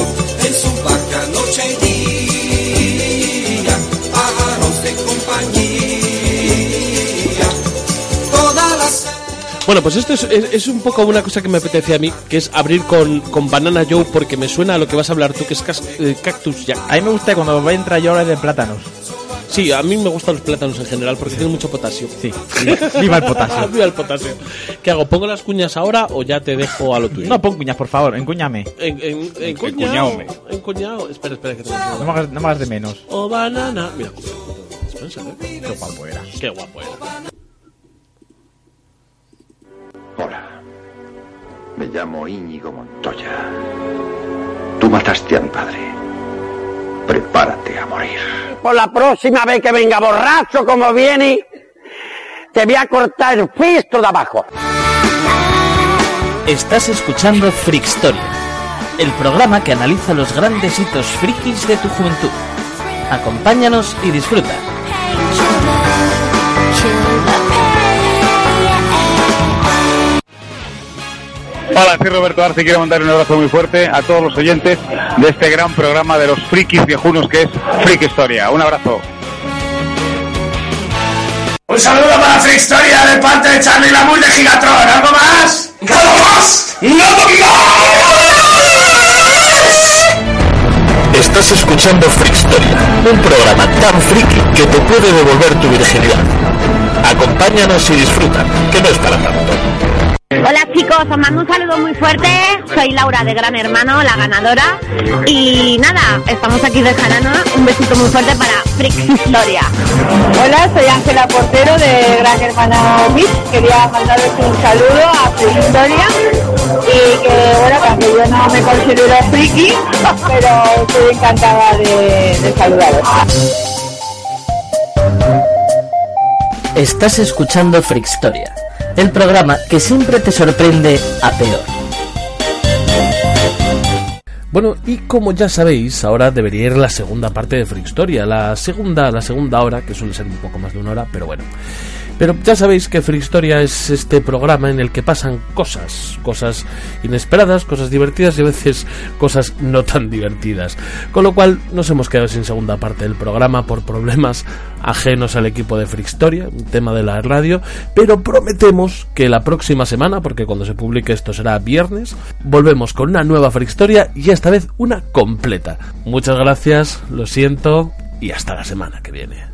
en su barca noche y día, pájaros de compañía. Todas las Bueno, pues esto es, es- es un poco una cosa que me apetece a mí, que es abrir con, con Banana Joe, porque me suena a lo que vas a hablar tú, que es cas- eh, Cactus Jack. A mí me gusta cuando va a entrar yo ahora de plátanos. Sí, a mí me gustan los plátanos en general, porque tienen mucho potasio. Sí, viva el potasio. viva el potasio. ¿Qué hago? ¿Pongo las cuñas ahora o ya te dejo a lo tuyo? No, pon cuñas, por favor, encuñame. En, en, en cuñao. cuñaome. En cuñao. Espera, espera, que tengo que- No me hagas, no me hagas de menos. O banana. Mira, dispensa, ¿eh? Qué guapo era. Qué guapo era. Hola. Me llamo Íñigo Montoya. Tú mataste a mi padre. Prepárate a morir. Por la próxima vez que venga borracho como viene, te voy a cortar el pisto de abajo. Estás escuchando Frickstoria, el programa que analiza los grandes hitos frikis de tu juventud. Acompáñanos y disfruta. Hola, soy Roberto Arce y quiero mandar un abrazo muy fuerte a todos los oyentes de este gran programa de los frikis viejunos que es Freak Historia. Un abrazo. Un saludo para Free Historia de parte de Charlie Lamour de Gigatron. ¿Algo más? ¿Algo más? ¡No, Estás escuchando Frickstoria, un programa tan friki que te puede devolver tu virginidad. Acompáñanos y disfruta, que no es para tanto. Hola chicos, os mando un saludo muy fuerte. Soy Laura de Gran Hermano, la ganadora. Y nada, estamos aquí de Jarana. Un besito muy fuerte para Freaks Historia. Hola, soy Ángela Portero de Gran Hermana Mix. Quería mandarles un saludo a Friki Historia y que, bueno, que aunque yo no me considero friki, pero estoy encantada de, de saludaros. Estás escuchando Frickstoria, el programa que siempre te sorprende a peor. Bueno, y como ya sabéis, ahora debería ir la segunda parte de Freak Historia, la segunda, la segunda hora, que suele ser un poco más de una hora, pero bueno. Pero ya sabéis que Freak Historia es este programa en el que pasan cosas, cosas inesperadas, cosas divertidas y a veces cosas no tan divertidas. Con lo cual nos hemos quedado sin segunda parte del programa por problemas ajenos al equipo de Freak Historia, un tema de la radio, pero prometemos que la próxima semana, porque cuando se publique esto será viernes, volvemos con una nueva Freak Historia y esta vez una completa. Muchas gracias, lo siento y hasta la semana que viene.